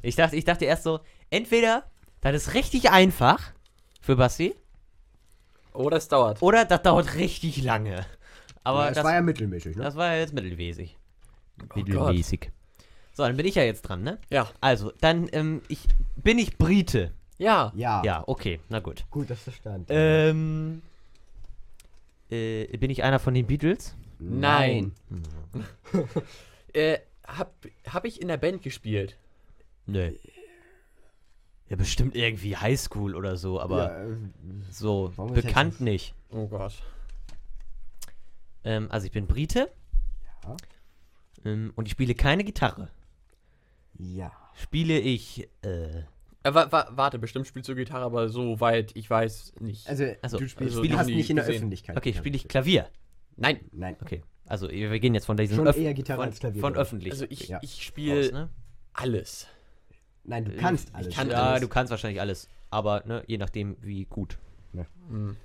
Speaker 1: Ich dachte, ich dachte erst so, entweder das ist richtig einfach für Basti
Speaker 3: Oh, das dauert.
Speaker 1: oder das dauert richtig lange. Aber
Speaker 2: ja,
Speaker 1: das,
Speaker 2: das war ja Oh mittelmäßig, ne?
Speaker 1: das war ja jetzt mittelmäßig.
Speaker 3: Gott.
Speaker 1: so, dann bin ich ja jetzt dran, ne?
Speaker 3: Ja.
Speaker 1: Also, dann ähm, ich, bin ich Brite.
Speaker 3: Ja.
Speaker 2: Ja.
Speaker 1: Ja, okay, na gut.
Speaker 2: Gut, dass das stand.
Speaker 1: Ähm.
Speaker 2: äh,
Speaker 1: Äh, bin ich einer von den Beatles?
Speaker 3: Nein. äh, hab, hab ich in der Band gespielt.
Speaker 1: Nö. Ja, bestimmt irgendwie Highschool oder so, aber
Speaker 2: ja, äh,
Speaker 1: so
Speaker 2: Warum ist
Speaker 1: bekannt
Speaker 2: jetzt-
Speaker 1: nicht.
Speaker 3: Oh Gott.
Speaker 1: Ähm, also ich bin Brite
Speaker 2: ja.
Speaker 1: ähm, und ich spiele keine Gitarre.
Speaker 2: Ja.
Speaker 1: Spiele ich, äh,
Speaker 3: Äh, wa wa warte, bestimmt spielst du Gitarre, aber so weit, ich weiß nicht.
Speaker 2: Also,
Speaker 1: also,
Speaker 2: du spielst
Speaker 3: also
Speaker 2: du
Speaker 3: noch
Speaker 2: hast
Speaker 3: nie
Speaker 2: nicht in der
Speaker 3: gesehen.
Speaker 2: Öffentlichkeit.
Speaker 1: okay,
Speaker 2: getanzt.
Speaker 1: spiele ich Klavier.
Speaker 3: Nein,
Speaker 2: Nein.
Speaker 1: Okay, also wir wir gehen jetzt von diesem
Speaker 2: Schon
Speaker 1: Öff-
Speaker 2: eher Gitarre
Speaker 1: von,
Speaker 2: als Klavier,
Speaker 1: von
Speaker 2: glaube ich.
Speaker 1: öffentlich.
Speaker 3: also ich,
Speaker 2: Ja.
Speaker 3: ich
Speaker 1: aus,
Speaker 3: spiele
Speaker 1: ne?
Speaker 3: alles.
Speaker 2: Nein, du
Speaker 1: Äh,
Speaker 2: kannst alles.
Speaker 3: ich kann-
Speaker 2: ja.
Speaker 1: Ja,
Speaker 3: alles.
Speaker 1: du kannst wahrscheinlich alles, aber ne, je nachdem wie gut. Mhm.
Speaker 3: Hm.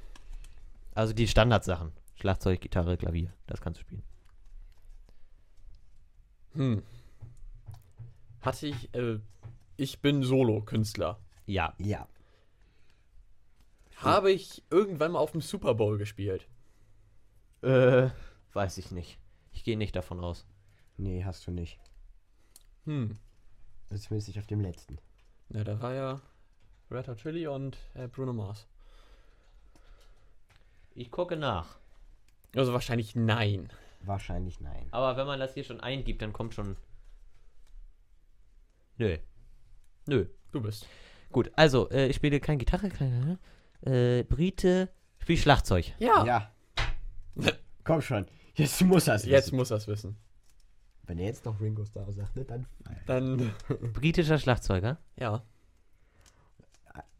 Speaker 1: Also die Standardsachen. Schlagzeug, Gitarre, Klavier, das kannst du spielen.
Speaker 3: Hm. Hatte ich, äh, ich bin Solo-Künstler.
Speaker 1: Ja,
Speaker 2: ja.
Speaker 3: Habe ich irgendwann mal auf dem Super Bowl gespielt?
Speaker 1: Äh, weiß ich nicht. Ich gehe nicht davon aus.
Speaker 2: Nee, hast du nicht.
Speaker 3: Hm.
Speaker 2: Also Zumindest nicht auf dem letzten.
Speaker 3: Na, da war ja Red Hot Chili und äh, Bruno Mars.
Speaker 1: Ich gucke nach.
Speaker 3: Also wahrscheinlich nein.
Speaker 2: Wahrscheinlich nein.
Speaker 1: Aber wenn man das hier schon eingibt, dann kommt schon. Nö. Nö.
Speaker 3: Du bist.
Speaker 1: Gut, also, äh, ich spiele keine Gitarre, keine. Äh, Brite, spiele Schlagzeug.
Speaker 3: Ja.
Speaker 2: Ja. Komm schon. Jetzt muss er's
Speaker 3: Jetzt
Speaker 2: wissen.
Speaker 3: muss er es wissen.
Speaker 2: Wenn er jetzt noch Ringo Starr sagt, ne, dann.
Speaker 3: Dann.
Speaker 1: Britischer Schlagzeuger.
Speaker 3: Ja.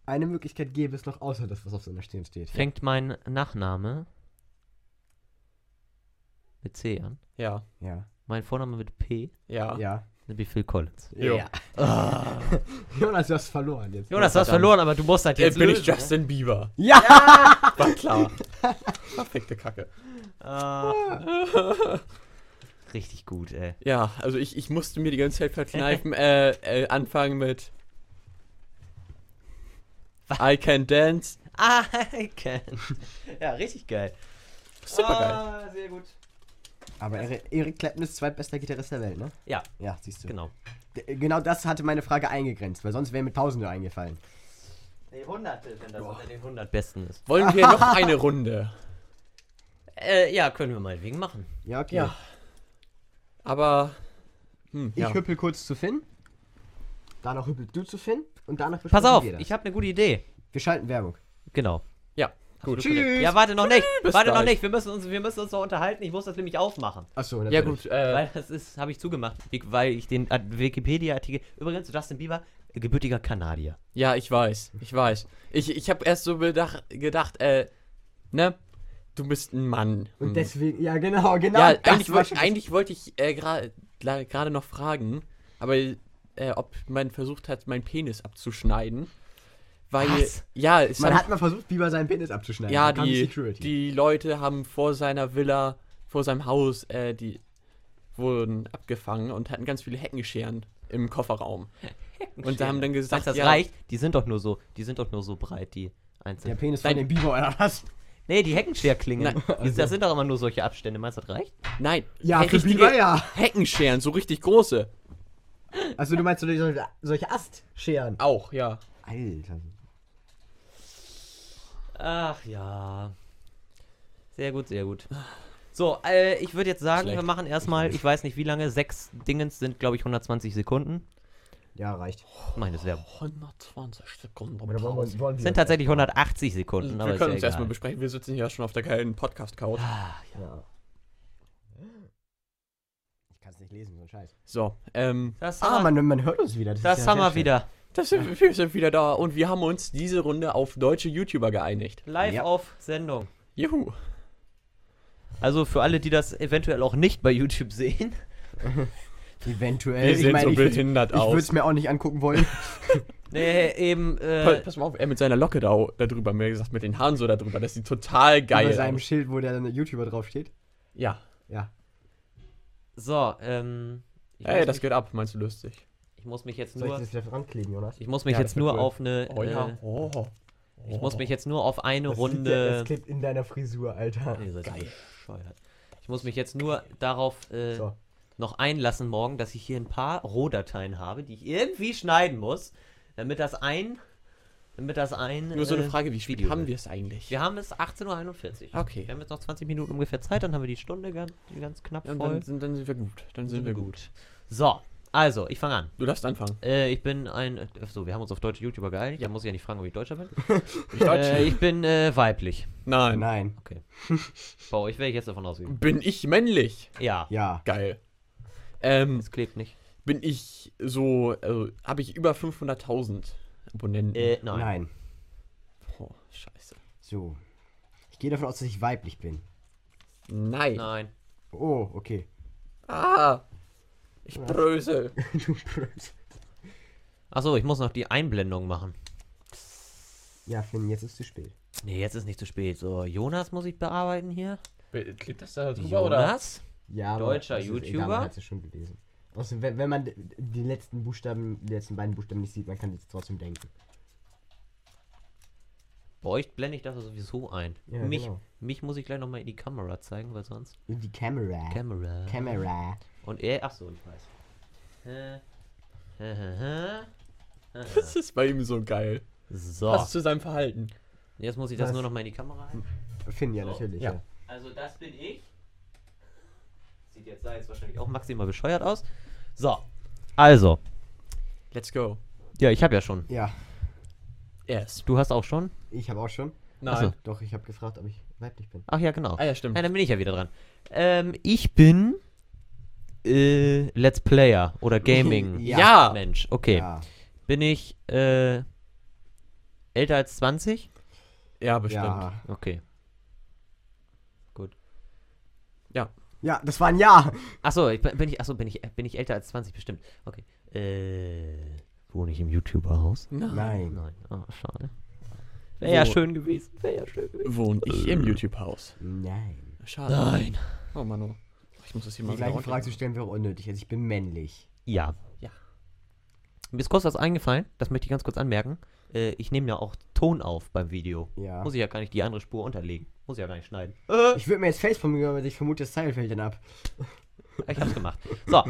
Speaker 2: Eine Möglichkeit gäbe es noch, außer das, was auf seiner Stirn steht.
Speaker 1: Fängt mein Nachname mit C an.
Speaker 3: Ja.
Speaker 2: Ja.
Speaker 1: Mein Vorname mit P,
Speaker 3: Ja. Äh,
Speaker 2: Ja.
Speaker 1: dann bin ich Phil Collins.
Speaker 3: Jo. Ah.
Speaker 2: Ja. Jonas, du hast verloren jetzt.
Speaker 1: Jonas, du hast verloren, aber du musst halt
Speaker 3: Äh,
Speaker 1: jetzt.
Speaker 3: bin ich
Speaker 1: lösen.
Speaker 3: Justin Bieber.
Speaker 2: Ja!
Speaker 3: War klar. Perfekte Kacke.
Speaker 1: ne? Ah. Richtig gut, ey.
Speaker 3: Ja, also ich, ich musste mir die ganze Zeit verkneifen, äh, äh, anfangen mit I Can Dance.
Speaker 1: Ah, can. Ja, richtig geil.
Speaker 3: Supergeil.
Speaker 1: Ah, sehr gut.
Speaker 2: Aber Eric, Eric Clapton ist zweitbester Gitarrist der Welt, ne?
Speaker 1: Ja,
Speaker 2: Ja, siehst du.
Speaker 1: genau.
Speaker 2: D- Genau das hatte meine Frage eingegrenzt, weil sonst wäre mir Tausende eingefallen.
Speaker 1: Nee, Hunderte, wenn das unter den 100 Besten ist.
Speaker 3: Wollen wir noch eine Runde?
Speaker 1: Äh, ja, können wir meinetwegen machen.
Speaker 2: Ja, okay.
Speaker 3: Ja. Aber hm,
Speaker 2: Ich
Speaker 3: ja.
Speaker 2: hüppel kurz zu Finn. Danach hüppelst du zu Finn. Und danach
Speaker 1: Pass
Speaker 2: besprechen
Speaker 1: auf,
Speaker 2: wir das.
Speaker 1: ich habe eine gute Idee.
Speaker 2: Wir schalten Werbung.
Speaker 1: Genau.
Speaker 3: ja, gut.
Speaker 1: Tschüss. Ja, warte noch nicht.
Speaker 3: bis
Speaker 1: Warte noch
Speaker 3: gleich.
Speaker 1: nicht. Wir müssen, uns, wir müssen uns noch unterhalten. Ich muss das nämlich aufmachen.
Speaker 2: Achso,
Speaker 3: Ja gut, äh,
Speaker 1: Weil das ist, habe ich zugemacht, wie- weil ich den Ad- Wikipedia-Artikel. Übrigens, Justin Bieber, gebürtiger Kanadier.
Speaker 3: ja, ich weiß, ich weiß. Ich, ich habe erst so bedach, gedacht, äh, ne, du bist ein Mann.
Speaker 2: Und
Speaker 3: Hm.
Speaker 2: deswegen, ja genau, genau.
Speaker 3: ja,
Speaker 2: das
Speaker 3: eigentlich,
Speaker 2: war
Speaker 3: wollt,
Speaker 2: schon-
Speaker 3: eigentlich wollte ich äh, gra- la- gerade noch fragen, aber äh, ob man versucht hat, meinen Penis abzuschneiden. Weil,
Speaker 1: Was?
Speaker 3: ja, es
Speaker 2: Man
Speaker 3: haben-
Speaker 2: hat mal versucht, Bieber seinen Penis abzuschneiden.
Speaker 3: ja,
Speaker 2: Dann kam
Speaker 3: die,
Speaker 2: Security.
Speaker 3: die Leute haben vor seiner Villa, vor seinem Haus, äh, die wurden abgefangen und hatten ganz viele Heckenscheren im Kofferraum. Und da haben dann gesagt,
Speaker 1: Sagt das
Speaker 3: ja,
Speaker 1: reicht? Die sind doch nur so, die sind doch nur so breit, die
Speaker 2: der
Speaker 1: einzelnen.
Speaker 2: Penis von
Speaker 3: Nein.
Speaker 2: dem Bieber oder was?
Speaker 1: Nee, die Heckenscherklinge.
Speaker 3: Nein,
Speaker 1: Die- Das sind doch immer nur solche Abstände. Meinst du, das reicht?
Speaker 3: nein,
Speaker 2: Ja,
Speaker 3: he-
Speaker 2: für
Speaker 3: richtige
Speaker 2: Bieber ja.
Speaker 3: Heckenscheren, so richtig große.
Speaker 2: Also du meinst solche, solche- solche Astscheren?
Speaker 3: Auch, ja.
Speaker 2: Alter.
Speaker 1: Ach ja. Sehr gut, sehr gut. So, äh, ich würde jetzt sagen, wir
Speaker 3: Schlecht.
Speaker 1: machen erstmal, ich weiß nicht wie lange, sechs Dingens sind, glaube ich, 120 Sekunden.
Speaker 2: Ja, reicht.
Speaker 1: Meine Werbung.
Speaker 3: 120 Sekunden.
Speaker 2: Oder Oh, wollen wir, wollen wir
Speaker 1: Sind tatsächlich 180 Sekunden, aber
Speaker 3: Wir
Speaker 1: ist ja
Speaker 3: können uns
Speaker 1: egal.
Speaker 3: erstmal besprechen. Wir sitzen hier schon auf der geilen Podcast-Couch.
Speaker 2: Ja. Ich kann es nicht lesen, so ein Scheiß.
Speaker 3: So, ähm,
Speaker 1: Das
Speaker 2: Ah,
Speaker 1: haben,
Speaker 2: man, man hört uns wieder.
Speaker 1: das
Speaker 2: ist ja
Speaker 1: haben wir
Speaker 2: sehr
Speaker 1: wieder.
Speaker 3: das sind, wir sind wieder da und wir haben uns diese Runde auf deutsche YouTuber geeinigt.
Speaker 1: Live
Speaker 2: Ja.
Speaker 1: auf Sendung.
Speaker 3: Juhu.
Speaker 1: Also für alle, die das eventuell auch nicht bei YouTube sehen.
Speaker 2: schön. Eventuell.
Speaker 3: Wir
Speaker 2: ich
Speaker 3: sehen
Speaker 2: meine,
Speaker 3: so
Speaker 2: ich würd-
Speaker 3: behindert
Speaker 2: ich würde
Speaker 3: aus.
Speaker 2: es mir auch nicht angucken wollen.
Speaker 1: Nee, eben,
Speaker 3: Pass,
Speaker 1: äh,
Speaker 3: pass mal auf, er mit seiner Locke da, da drüber, mir gesagt, mit den Haaren so da drüber, das sieht total geil
Speaker 2: Bei seinem
Speaker 3: aus.
Speaker 2: Schild, wo der dann YouTuber draufsteht.
Speaker 3: Ja,
Speaker 2: Ja.
Speaker 1: so, ähm. Ich,
Speaker 3: ey,
Speaker 1: muss
Speaker 3: das
Speaker 1: mich,
Speaker 3: geht ab, meinst du lustig?
Speaker 1: ich muss mich jetzt
Speaker 2: Soll ich
Speaker 1: nur.
Speaker 2: das wieder rankleben, Jonas?
Speaker 1: Ich muss mich
Speaker 3: Ja,
Speaker 1: jetzt
Speaker 3: das wird
Speaker 1: nur
Speaker 3: wohl-
Speaker 1: auf eine.
Speaker 3: Oh ja.
Speaker 1: äh,
Speaker 3: Oh.
Speaker 1: ich muss mich jetzt nur auf eine
Speaker 2: Das liegt Ja,
Speaker 1: Runde.
Speaker 2: das klebt in deiner Frisur, Alter.
Speaker 1: Ihr seid bescheuert. Ich muss mich jetzt nur darauf äh,
Speaker 2: So.
Speaker 1: noch einlassen morgen, dass ich hier ein paar Rohdateien habe, die ich irgendwie schneiden muss, damit das ein, damit das ein.
Speaker 3: Nur so eine
Speaker 1: äh,
Speaker 3: Frage, wie spät
Speaker 1: Video
Speaker 3: haben
Speaker 1: wird.
Speaker 3: wir es eigentlich?
Speaker 1: Wir haben es 18.41 Uhr.
Speaker 3: Okay.
Speaker 1: Wir haben jetzt noch 20 Minuten ungefähr Zeit, dann haben wir die Stunde ganz, ganz knapp
Speaker 3: Ja, und
Speaker 1: voll.
Speaker 3: dann, sind, dann sind wir gut. Dann sind, wir gut.
Speaker 1: So, also, ich fange an.
Speaker 3: Du darfst anfangen.
Speaker 1: Äh, ich bin ein. So, wir haben uns auf deutsche YouTuber geeinigt. Da muss ich ja nicht fragen, ob ich Deutscher bin.
Speaker 3: Ich
Speaker 1: Äh, ich bin äh, weiblich.
Speaker 3: Nein.
Speaker 2: Nein.
Speaker 1: Bei euch wäre ich jetzt davon ausgegangen.
Speaker 3: Bin ich männlich?
Speaker 1: Ja.
Speaker 2: Ja.
Speaker 3: Geil. Ähm,
Speaker 1: Es klebt nicht.
Speaker 3: bin ich so, also, habe ich über 500.000 Abonnenten?
Speaker 1: Äh, nein.
Speaker 2: Nein.
Speaker 3: Oh, scheiße.
Speaker 2: So. Ich gehe davon aus, dass ich weiblich bin.
Speaker 3: Nein.
Speaker 1: Nein.
Speaker 2: Oh, okay.
Speaker 3: Ah, ich bröse.
Speaker 2: du Blöd.
Speaker 1: Achso, ich muss noch die Einblendung machen.
Speaker 2: Ja, Finn, jetzt ist zu spät.
Speaker 1: Nee, jetzt ist nicht zu spät. So, Jonas muss ich bearbeiten hier.
Speaker 3: Klebt das da
Speaker 1: Jonas?
Speaker 2: Ja, aber
Speaker 1: Deutscher
Speaker 2: das ist
Speaker 1: YouTuber?
Speaker 2: man hat's ja schon gelesen. Außerdem, wenn, wenn man d- die letzten Buchstaben, die letzten beiden Buchstaben nicht sieht, man kann jetzt trotzdem denken.
Speaker 1: Bei euch blende ich das ja sowieso ein.
Speaker 2: Ja,
Speaker 1: mich,
Speaker 2: genau.
Speaker 1: mich muss ich gleich nochmal in die Kamera zeigen, weil sonst.
Speaker 2: In die Kamera.
Speaker 1: Kamera.
Speaker 2: Kamera.
Speaker 1: Und er. Achso, ich weiß. Hä? Hä, hä, hä? Hä, hä.
Speaker 3: Das ist bei ihm so geil.
Speaker 1: So,
Speaker 3: Passt zu seinem Verhalten.
Speaker 1: jetzt muss ich das
Speaker 2: Was?
Speaker 1: nur nochmal in die Kamera halten.
Speaker 2: Finn, ja,
Speaker 1: So,
Speaker 2: natürlich.
Speaker 3: ja.
Speaker 2: Ja.
Speaker 1: Also das bin ich. Sieht jetzt da jetzt wahrscheinlich auch maximal bescheuert aus. So. Also.
Speaker 3: Let's go.
Speaker 1: Ja, ich habe ja schon.
Speaker 2: Ja,
Speaker 3: Yes.
Speaker 1: Du hast auch schon?
Speaker 2: ich habe auch schon.
Speaker 3: Nein.
Speaker 2: Doch, ich habe gefragt, ob ich weiblich bin.
Speaker 1: Ach ja, genau.
Speaker 3: Ah ja, stimmt.
Speaker 1: Ja, dann bin ich ja wieder dran. Ähm, ich bin äh, Let's Player oder Gaming.
Speaker 3: Ja.
Speaker 1: Mensch, okay.
Speaker 2: Ja,
Speaker 1: Bin ich äh, älter als 20?
Speaker 3: Ja, bestimmt. Ja.
Speaker 2: ja.
Speaker 1: Okay.
Speaker 2: ja, das war ein Ja.
Speaker 1: Achso, ich bin bin ich, achso, bin ich, bin ich älter als 20, bestimmt. Okay. Äh, wohne ich im YouTuber-Haus?
Speaker 2: Nein.
Speaker 1: Nein. Oh, schade. Wäre ja
Speaker 3: So.
Speaker 1: schön gewesen. Wäre ja schön gewesen.
Speaker 3: Wohne ich im YouTube-Haus.
Speaker 2: Nein.
Speaker 3: Schade.
Speaker 1: Nein.
Speaker 3: Oh Mann, oh. ich muss das hier
Speaker 2: Die
Speaker 3: mal
Speaker 2: gleiche
Speaker 3: wieder
Speaker 2: Frage zu
Speaker 3: runter-
Speaker 2: stellen wäre unnötig. Also ich bin männlich.
Speaker 1: Ja.
Speaker 3: Ja.
Speaker 1: Mir ist kurz was eingefallen, das möchte ich ganz kurz anmerken. Äh, ich nehme ja auch Ton auf beim Video.
Speaker 2: Ja.
Speaker 1: Muss ich ja gar nicht die andere Spur unterlegen. Muss ich ja gar nicht schneiden.
Speaker 2: Ich würde mir jetzt Facepalm geben, aber ich vermute, das Teil fällt dann ab.
Speaker 1: Ich hab's gemacht. So.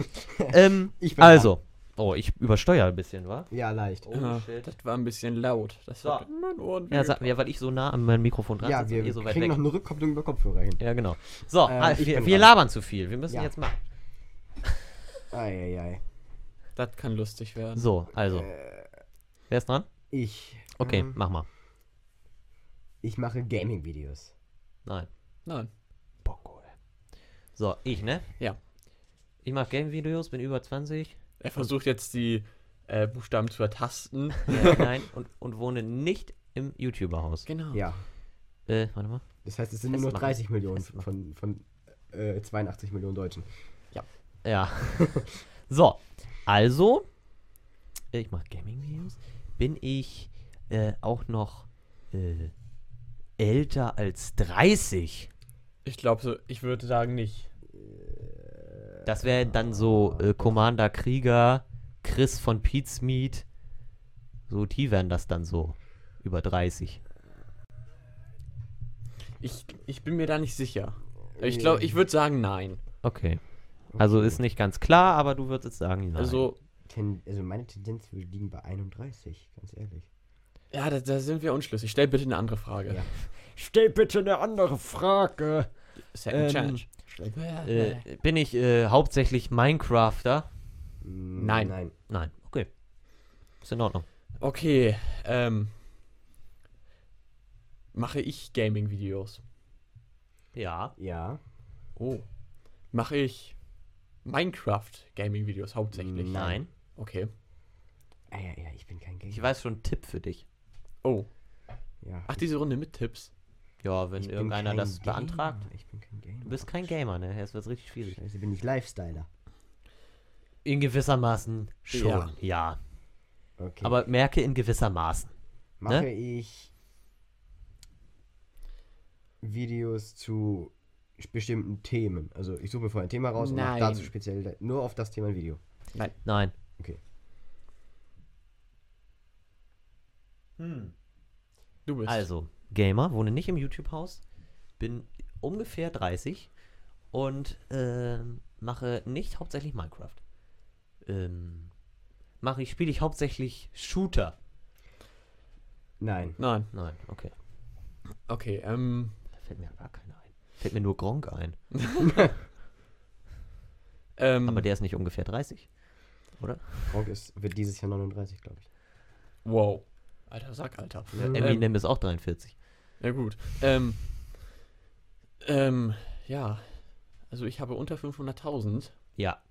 Speaker 1: ähm,
Speaker 2: Ich bin
Speaker 1: also. Oh, ich übersteuere ein bisschen, wa?
Speaker 2: Ja,
Speaker 1: Oh,
Speaker 2: leicht.
Speaker 3: Ah, das war ein bisschen laut. Das war
Speaker 1: So.
Speaker 3: in meinen Ohren.
Speaker 1: Ja, sa- ja, weil ich so nah an meinem Mikrofon dran
Speaker 2: Ja,
Speaker 1: sitze
Speaker 2: wir
Speaker 1: und ihr eh so weit
Speaker 2: kriegen
Speaker 1: weg.
Speaker 2: noch eine Rückkopplung über Kopfhörer hin.
Speaker 1: Ja, genau. So,
Speaker 2: Ähm,
Speaker 1: ah,
Speaker 2: ich
Speaker 1: wir,
Speaker 2: bin
Speaker 1: wir
Speaker 2: dran.
Speaker 1: labern zu viel. Wir müssen
Speaker 2: Ja.
Speaker 1: jetzt mal.
Speaker 2: Eieiei.
Speaker 3: Das kann lustig werden.
Speaker 1: So, also. Wer ist dran?
Speaker 2: Ich.
Speaker 1: Okay,
Speaker 2: Äh, Ähm,
Speaker 1: mach mal.
Speaker 2: ich mache Gaming-Videos.
Speaker 1: Nein.
Speaker 3: Nein.
Speaker 1: Bongo, ey. So, ich, ne?
Speaker 3: Ja.
Speaker 1: Ich mache Game-Videos, bin über 20.
Speaker 3: Er versucht jetzt die äh, Buchstaben zu ertasten.
Speaker 1: Äh, nein, und, und wohne nicht im YouTuber-Haus.
Speaker 3: Genau.
Speaker 2: Ja.
Speaker 1: Äh, warte mal.
Speaker 2: Das heißt, es sind nur noch
Speaker 1: Festmachen.
Speaker 2: 30 Millionen
Speaker 1: Festmachen.
Speaker 2: von, von äh, 82 Millionen Deutschen.
Speaker 1: Ja. so, also, äh, ich mache Gaming-Videos. Bin ich äh, auch noch äh, älter als 30?
Speaker 3: Ich glaube so, ich würde sagen nicht.
Speaker 1: Das wäre dann so äh, Commander Krieger, Chris von Pizmeet. So, die wären das dann so. Über 30.
Speaker 3: Ich, ich bin mir da nicht sicher. Ich glaube, ich würde sagen nein.
Speaker 1: Okay. Also ist nicht ganz klar, aber du würdest jetzt sagen, nein.
Speaker 3: Also,
Speaker 2: Ten, also meine Tendenz würde liegen bei 31, ganz ehrlich.
Speaker 3: ja, da, da sind wir unschlüssig. Stell bitte eine andere Frage.
Speaker 2: Ja.
Speaker 4: Stell bitte eine andere Frage.
Speaker 3: Second
Speaker 4: Ähm,
Speaker 3: Challenge.
Speaker 1: äh, bin ich äh, hauptsächlich Minecrafter?
Speaker 2: Mm,
Speaker 3: Nein.
Speaker 2: Nein.
Speaker 1: Nein. Okay. Ist in Ordnung.
Speaker 3: Okay, ähm. Mache ich Gaming-Videos?
Speaker 1: Ja.
Speaker 2: Ja.
Speaker 3: Oh. Mache ich Minecraft-Gaming-Videos hauptsächlich?
Speaker 1: Nein.
Speaker 3: Okay.
Speaker 2: Ah, ja, ja, ich bin kein
Speaker 1: Ich
Speaker 2: Gamer.
Speaker 1: weiß schon einen Tipp für dich.
Speaker 3: Oh.
Speaker 2: Ja.
Speaker 3: Ach, diese Runde mit Tipps.
Speaker 1: Ja, wenn
Speaker 2: ich bin
Speaker 1: irgendeiner
Speaker 2: kein
Speaker 1: das
Speaker 2: Gamer.
Speaker 1: beantragt.
Speaker 2: Ich bin kein
Speaker 1: Du
Speaker 2: Gamer.
Speaker 1: bist kein Gamer, ne? Jetzt wird's richtig schwierig.
Speaker 2: Scheiße, bin ich Lifestyler.
Speaker 1: In gewissermaßen schon, ja.
Speaker 3: Ja.
Speaker 2: Okay.
Speaker 1: Aber ne? merke in gewissermaßen.
Speaker 2: mache ich Videos zu bestimmten Themen. Also ich suche mir vorher ein Thema raus und mache
Speaker 3: Nein.
Speaker 2: dazu speziell nur auf das Thema ein Video.
Speaker 1: Nein. Hm.
Speaker 3: Du bist.
Speaker 1: Also, Gamer, wohne nicht im YouTube-Haus, bin ungefähr 30 und ähm, mache nicht hauptsächlich Minecraft. Ähm, mache ich, spiele ich hauptsächlich Shooter.
Speaker 2: Nein.
Speaker 3: Nein.
Speaker 1: Nein, okay.
Speaker 3: Okay, ähm.
Speaker 1: Da fällt mir gar keiner ein. Fällt mir nur Gronk ein.
Speaker 3: Ähm,
Speaker 1: Aber der ist nicht ungefähr 30.
Speaker 2: Gronk ist, wird dieses Jahr 39, glaube ich.
Speaker 3: wow. Alter Sack, Alter.
Speaker 2: Ja,
Speaker 1: Eminem ist auch 43.
Speaker 3: Ja, gut. Ähm, ähm, ja. Also ich habe unter 500.000.
Speaker 1: Ja.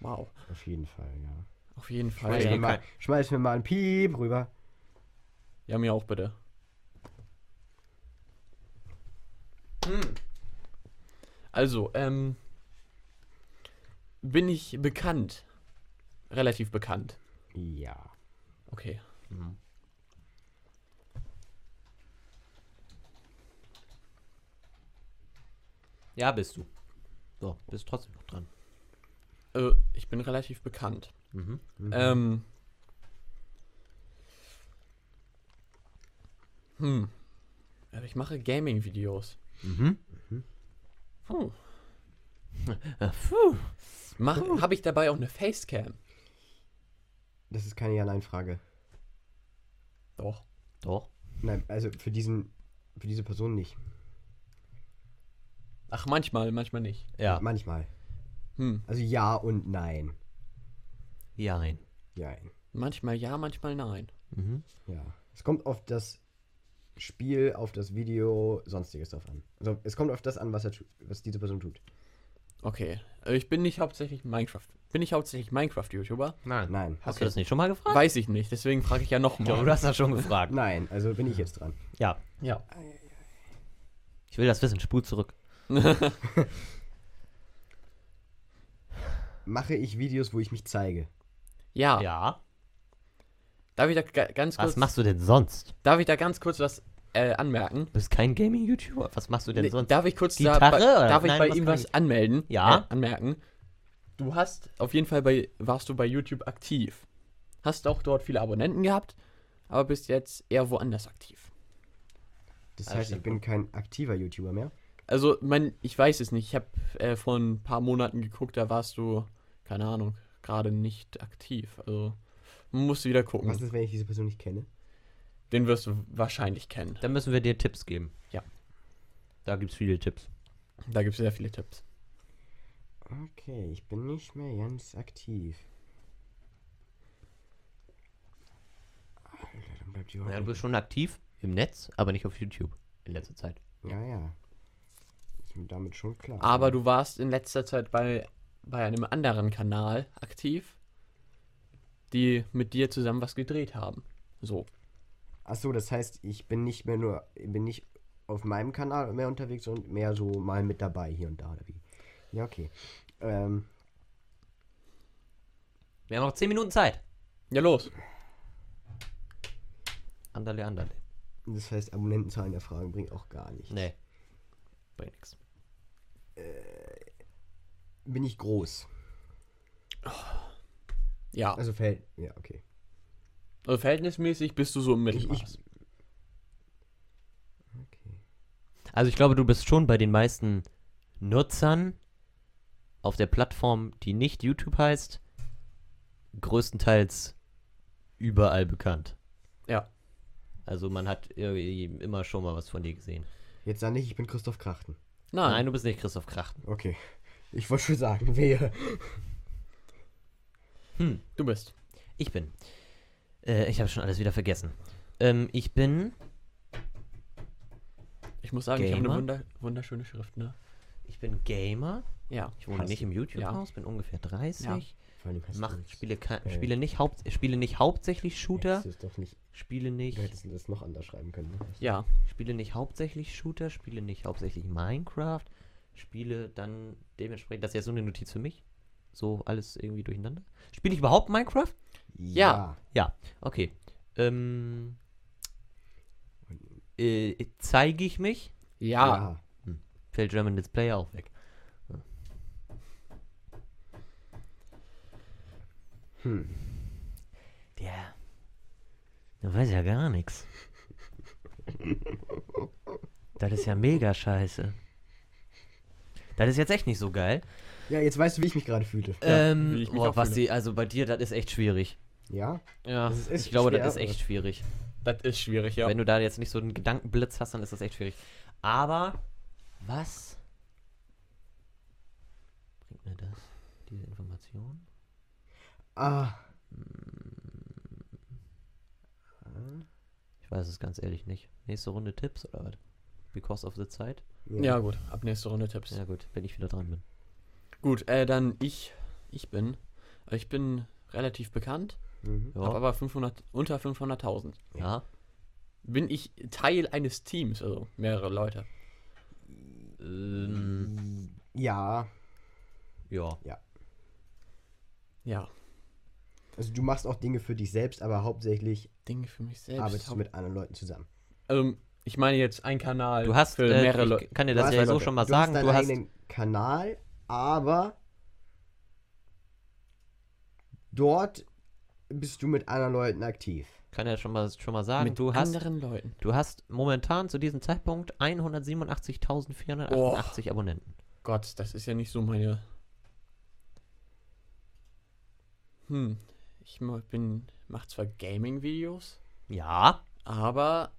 Speaker 3: Wow.
Speaker 2: Auf jeden Fall, ja.
Speaker 3: Auf jeden Fall.
Speaker 2: Schmeiß,
Speaker 1: Ja,
Speaker 2: mir
Speaker 3: Ja,
Speaker 2: mal, schmeiß mir mal ein Piep rüber.
Speaker 3: ja mir auch bitte. Hm. Also, ähm, bin ich bekannt. Relativ bekannt.
Speaker 2: Ja.
Speaker 3: Okay.
Speaker 1: Ja, bist du. So, bist trotzdem noch dran.
Speaker 3: Äh, ich bin relativ bekannt.
Speaker 1: Mhm.
Speaker 3: Ähm. Hm. Aber ich mache Gaming-Videos.
Speaker 1: Mhm.
Speaker 3: Hm.
Speaker 1: Äh, puh.
Speaker 3: Habe ich dabei auch eine Facecam?
Speaker 2: Das ist keine Ja-Nein-Frage.
Speaker 3: Doch.
Speaker 1: Doch.
Speaker 2: Nein, also für diesen, für diese Person nicht.
Speaker 3: Ach, manchmal, manchmal nicht.
Speaker 1: Ja.
Speaker 2: Manchmal.
Speaker 3: Hm.
Speaker 2: Also ja und nein.
Speaker 1: Jein.
Speaker 2: Ja.
Speaker 3: Manchmal ja, manchmal nein.
Speaker 1: Mhm.
Speaker 2: Ja. Es kommt auf das Spiel, auf das Video, sonstiges drauf an. Also es kommt auf das an, was, er tu- was diese Person tut.
Speaker 3: Okay. Äh, Ich bin nicht hauptsächlich Minecraft. Bin ich hauptsächlich Minecraft-YouTuber?
Speaker 1: Nein.
Speaker 2: Nein.
Speaker 1: Hast du
Speaker 3: Okay.
Speaker 1: das nicht schon mal gefragt?
Speaker 3: Weiß ich nicht, deswegen frage ich ja
Speaker 1: Ja,
Speaker 3: nochmal.
Speaker 1: du hast das schon gefragt.
Speaker 2: Nein, also bin ich jetzt dran.
Speaker 1: Ja.
Speaker 3: Ja.
Speaker 1: Ich will das wissen. Spul zurück.
Speaker 2: Mache ich Videos, wo ich mich zeige?
Speaker 3: ja.
Speaker 1: Ja.
Speaker 3: Darf ich da ga- ganz kurz,
Speaker 1: Was machst du denn sonst?
Speaker 3: darf ich da ganz kurz was äh, anmerken?
Speaker 1: Du bist kein Gaming-YouTuber. Was machst du denn
Speaker 3: Nee,
Speaker 1: sonst?
Speaker 3: darf ich kurz da,
Speaker 1: Gitarre
Speaker 3: bei,
Speaker 1: oder-
Speaker 3: darf ich
Speaker 1: Nein,
Speaker 3: bei
Speaker 1: was
Speaker 3: ihm
Speaker 1: kann
Speaker 3: was
Speaker 1: ich?
Speaker 3: anmelden?
Speaker 1: Ja.
Speaker 3: Äh, anmerken. Du hast auf jeden Fall bei warst du bei YouTube aktiv. Hast auch dort viele Abonnenten gehabt, aber bist jetzt eher woanders aktiv.
Speaker 2: Das
Speaker 1: Ja,
Speaker 2: heißt, ich
Speaker 1: stimmt.
Speaker 2: bin kein aktiver YouTuber mehr.
Speaker 3: Also, mein, ich weiß es nicht. Ich habe äh, vor ein paar Monaten geguckt, da warst du, keine Ahnung, gerade nicht aktiv. Also, man muss wieder gucken.
Speaker 2: Was ist, wenn ich diese Person nicht kenne?
Speaker 3: Den wirst du wahrscheinlich kennen.
Speaker 1: Dann müssen wir dir Tipps geben.
Speaker 3: Ja.
Speaker 1: Da gibt's viele Tipps.
Speaker 3: Da gibt es sehr viele Tipps.
Speaker 2: Okay, ich bin nicht mehr ganz aktiv. Alter, dann bleibt die
Speaker 1: Ja, du
Speaker 2: Hoffnung.
Speaker 1: bist schon aktiv im Netz, aber nicht auf YouTube in letzter Zeit.
Speaker 2: Ja, ja. Ist mir damit schon klar.
Speaker 3: Aber du warst in letzter Zeit bei, bei einem anderen Kanal aktiv, die mit dir zusammen was gedreht haben. So.
Speaker 2: Achso, das heißt, ich bin nicht mehr nur, bin nicht auf meinem Kanal mehr unterwegs und mehr so mal mit dabei hier und da oder wie. Ja, okay. Ähm,
Speaker 1: Wir haben noch 10 Minuten Zeit.
Speaker 3: Ja, los.
Speaker 1: Anderle, anderle.
Speaker 2: das heißt, Abonnentenzahlen der Fragen bringt auch gar nicht.
Speaker 1: Nee. Bringt nichts.
Speaker 2: Bin ich groß?
Speaker 3: Ja.
Speaker 2: Also fällt. Ja, okay.
Speaker 3: Also verhältnismäßig bist du so im
Speaker 2: Ich,
Speaker 3: Mittelmaß.
Speaker 2: ich, okay.
Speaker 1: Also ich glaube, du bist schon bei den meisten Nutzern auf der Plattform, die nicht YouTube heißt, größtenteils überall bekannt.
Speaker 3: Ja.
Speaker 1: Also man hat irgendwie immer schon mal was von dir gesehen.
Speaker 2: Jetzt sag nicht, ich bin Christoph Krachten.
Speaker 1: Nein,
Speaker 3: Nein.
Speaker 1: du bist nicht Christoph Krachten.
Speaker 2: Okay. Ich wollte schon sagen, wehe.
Speaker 1: Hm,
Speaker 3: du bist.
Speaker 1: ich bin. Äh, ich habe schon alles wieder vergessen. Ähm, ich bin.
Speaker 3: Ich muss sagen, ich habe eine
Speaker 1: Gamer?
Speaker 3: wunder wunderschöne Schrift, ne?
Speaker 1: Ich bin Gamer.
Speaker 3: Ja.
Speaker 1: Ich wohne
Speaker 2: Hast
Speaker 1: nicht
Speaker 2: du-
Speaker 1: im YouTube-Haus, bin ungefähr 30.
Speaker 2: Vor allem hast
Speaker 1: Mach,
Speaker 2: du-
Speaker 1: spiele, kein-
Speaker 2: äh,
Speaker 1: spiele, nicht haupt, spiele nicht hauptsächlich Shooter.
Speaker 2: Hättest du es doch nicht.
Speaker 1: Spiele nicht.
Speaker 2: Du hättest das noch anders schreiben können. ne?
Speaker 3: Ja.
Speaker 1: Spiele nicht hauptsächlich Shooter, spiele nicht hauptsächlich Minecraft, spiele dann dementsprechend, das ist ja so eine Notiz für mich, so alles irgendwie durcheinander. Spiele ich überhaupt Minecraft?
Speaker 3: Ja.
Speaker 1: Ja, okay. Ähm, äh, zeige ich mich?
Speaker 2: Ja.
Speaker 3: Ja.
Speaker 2: Ja.
Speaker 1: Fällt German Let's Player auch weg.
Speaker 2: Hm.
Speaker 1: Der, der weiß ja gar nichts. Das ist ja mega scheiße. Das ist jetzt echt nicht so geil.
Speaker 2: ja, jetzt weißt du, wie ich mich gerade fühlte.
Speaker 1: ähm,
Speaker 3: wie ich mich
Speaker 1: boah,
Speaker 3: auch
Speaker 1: was
Speaker 3: fühle.
Speaker 1: die, also bei dir, das ist echt schwierig.
Speaker 2: Ja.
Speaker 1: Ja,
Speaker 2: Das ist echt
Speaker 1: ich glaube,
Speaker 2: schwer,
Speaker 1: das ist echt
Speaker 2: aber-
Speaker 1: schwierig.
Speaker 3: Das ist schwierig, ja.
Speaker 1: Wenn du da jetzt nicht so einen Gedankenblitz hast, dann ist das echt schwierig. Aber was bringt mir das? diese Information.
Speaker 2: Ah.
Speaker 1: Ich weiß es ganz ehrlich nicht. Nächste Runde Tipps oder was? Because of the Zeit?
Speaker 3: Ja, gut. Ab nächste Runde Tipps.
Speaker 1: Ja gut, wenn ich wieder dran bin.
Speaker 3: Gut, äh, dann ich. Ich bin. äh, Ich bin relativ bekannt,
Speaker 2: Mhm.
Speaker 1: Ja.
Speaker 3: habe aber 500, unter 500.000.
Speaker 1: ja.
Speaker 3: Bin ich Teil eines Teams, also mehrere Leute.
Speaker 1: Ähm,
Speaker 2: ja.
Speaker 1: ja.
Speaker 3: Ja,
Speaker 2: Also du machst auch Dinge für dich selbst, aber hauptsächlich
Speaker 3: Dinge für mich selbst.
Speaker 2: arbeitest du mit anderen Leuten zusammen.
Speaker 3: also, ich meine jetzt ein Kanal
Speaker 1: Du hast,
Speaker 3: für
Speaker 1: äh,
Speaker 3: mehrere
Speaker 1: ich
Speaker 3: Leute.
Speaker 1: kann dir
Speaker 2: Du
Speaker 1: das
Speaker 2: hast
Speaker 1: ja
Speaker 2: zwei
Speaker 1: so
Speaker 2: Leute.
Speaker 1: schon mal sagen,
Speaker 2: hast
Speaker 1: du
Speaker 2: deinen
Speaker 1: hast,
Speaker 2: eigenen Kanal, aber dort bist du mit anderen Leuten aktiv.
Speaker 1: kann ja schon mal, schon mal sagen,
Speaker 3: mit
Speaker 1: du hast,
Speaker 3: anderen Leuten.
Speaker 1: du hast momentan zu diesem Zeitpunkt 187.488 Abonnenten.
Speaker 3: Gott, das ist ja nicht so meine. Hm, ich ma- bin, mach zwar Gaming-Videos,
Speaker 1: Ja.
Speaker 3: aber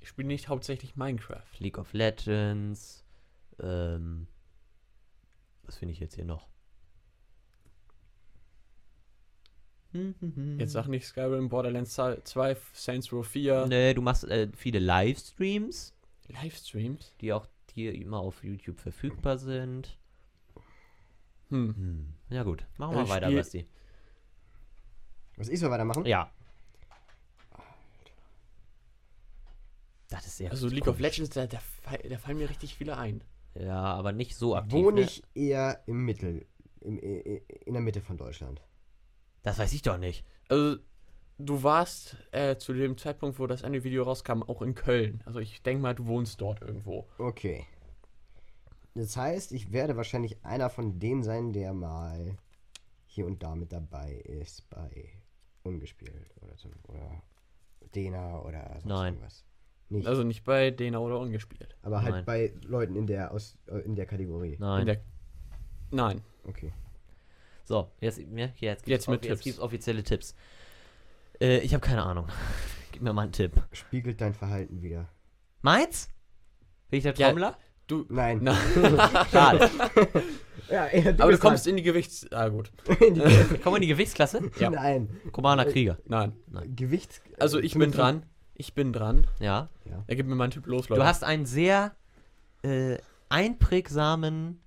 Speaker 3: ich spiele nicht hauptsächlich Minecraft.
Speaker 1: League of Legends, ähm, was finde ich jetzt hier noch?
Speaker 3: Jetzt sag nicht Skyrim, Borderlands 2, Saints Row 4,
Speaker 1: Mhm. Nee, du machst äh, viele Livestreams,
Speaker 3: Livestreams.
Speaker 1: die auch hier immer auf YouTube verfügbar sind.
Speaker 3: Hm,
Speaker 1: Mhm. Ja gut, machen
Speaker 3: Äh,
Speaker 1: wir weiter,
Speaker 3: Spiel-
Speaker 1: Basti.
Speaker 2: Was ich soll weitermachen?
Speaker 1: Ja. Das ist ja
Speaker 3: also
Speaker 1: richtig
Speaker 3: League of
Speaker 1: komisch.
Speaker 3: Legends, da, da, fall- da fallen mir richtig viele ein.
Speaker 1: Ja, aber nicht so aktiv. ne?
Speaker 2: Wohne ich eher im Mittel, im, i- i- in der Mitte von Deutschland.
Speaker 1: Das weiß ich doch nicht.
Speaker 3: Also, du warst äh, zu dem Zeitpunkt, wo das eine Video rauskam, auch in Köln. Also, ich denke mal, du wohnst dort irgendwo.
Speaker 2: Okay. Das heißt, ich werde wahrscheinlich einer von denen sein, der mal hier und da mit dabei ist bei Ungespielt oder, zum, oder Dena oder sonst
Speaker 1: Nein.
Speaker 2: irgendwas. Nicht,
Speaker 3: Also nicht bei Dena oder ungespielt.
Speaker 2: aber halt
Speaker 1: nein.
Speaker 2: bei Leuten in der aus äh, in der Kategorie.
Speaker 1: Nein.
Speaker 3: In der Nein.
Speaker 2: Okay.
Speaker 1: So, jetzt, ne, hier, jetzt gibt's,
Speaker 3: Jetzt mit
Speaker 1: offi- jetzt
Speaker 3: Tipps.
Speaker 1: gibt's offizielle Tipps. Äh, ich habe keine Ahnung. Gib mir mal einen Tipp.
Speaker 2: Spiegelt dein Verhalten wieder.
Speaker 1: Meins? Bin ich der
Speaker 3: Ja.
Speaker 1: Trommler?
Speaker 3: Du.
Speaker 2: Nein.
Speaker 3: Na,
Speaker 1: Schade.
Speaker 2: Ja, ja,
Speaker 3: aber du
Speaker 2: bist
Speaker 3: kommst in die Gewichts. Ah, gut.
Speaker 2: dran. in die
Speaker 1: Kommen wir in die Gewichtsklasse?
Speaker 3: Ja.
Speaker 2: Nein.
Speaker 1: Kubaner Krieger.
Speaker 3: Nein.
Speaker 2: Gewicht. äh,
Speaker 3: Also, ich bin dran. Ich bin dran.
Speaker 1: Ja.
Speaker 3: Er gibt mir mal einen Tipp los, Leute.
Speaker 1: Du hast einen sehr äh, einprägsamen,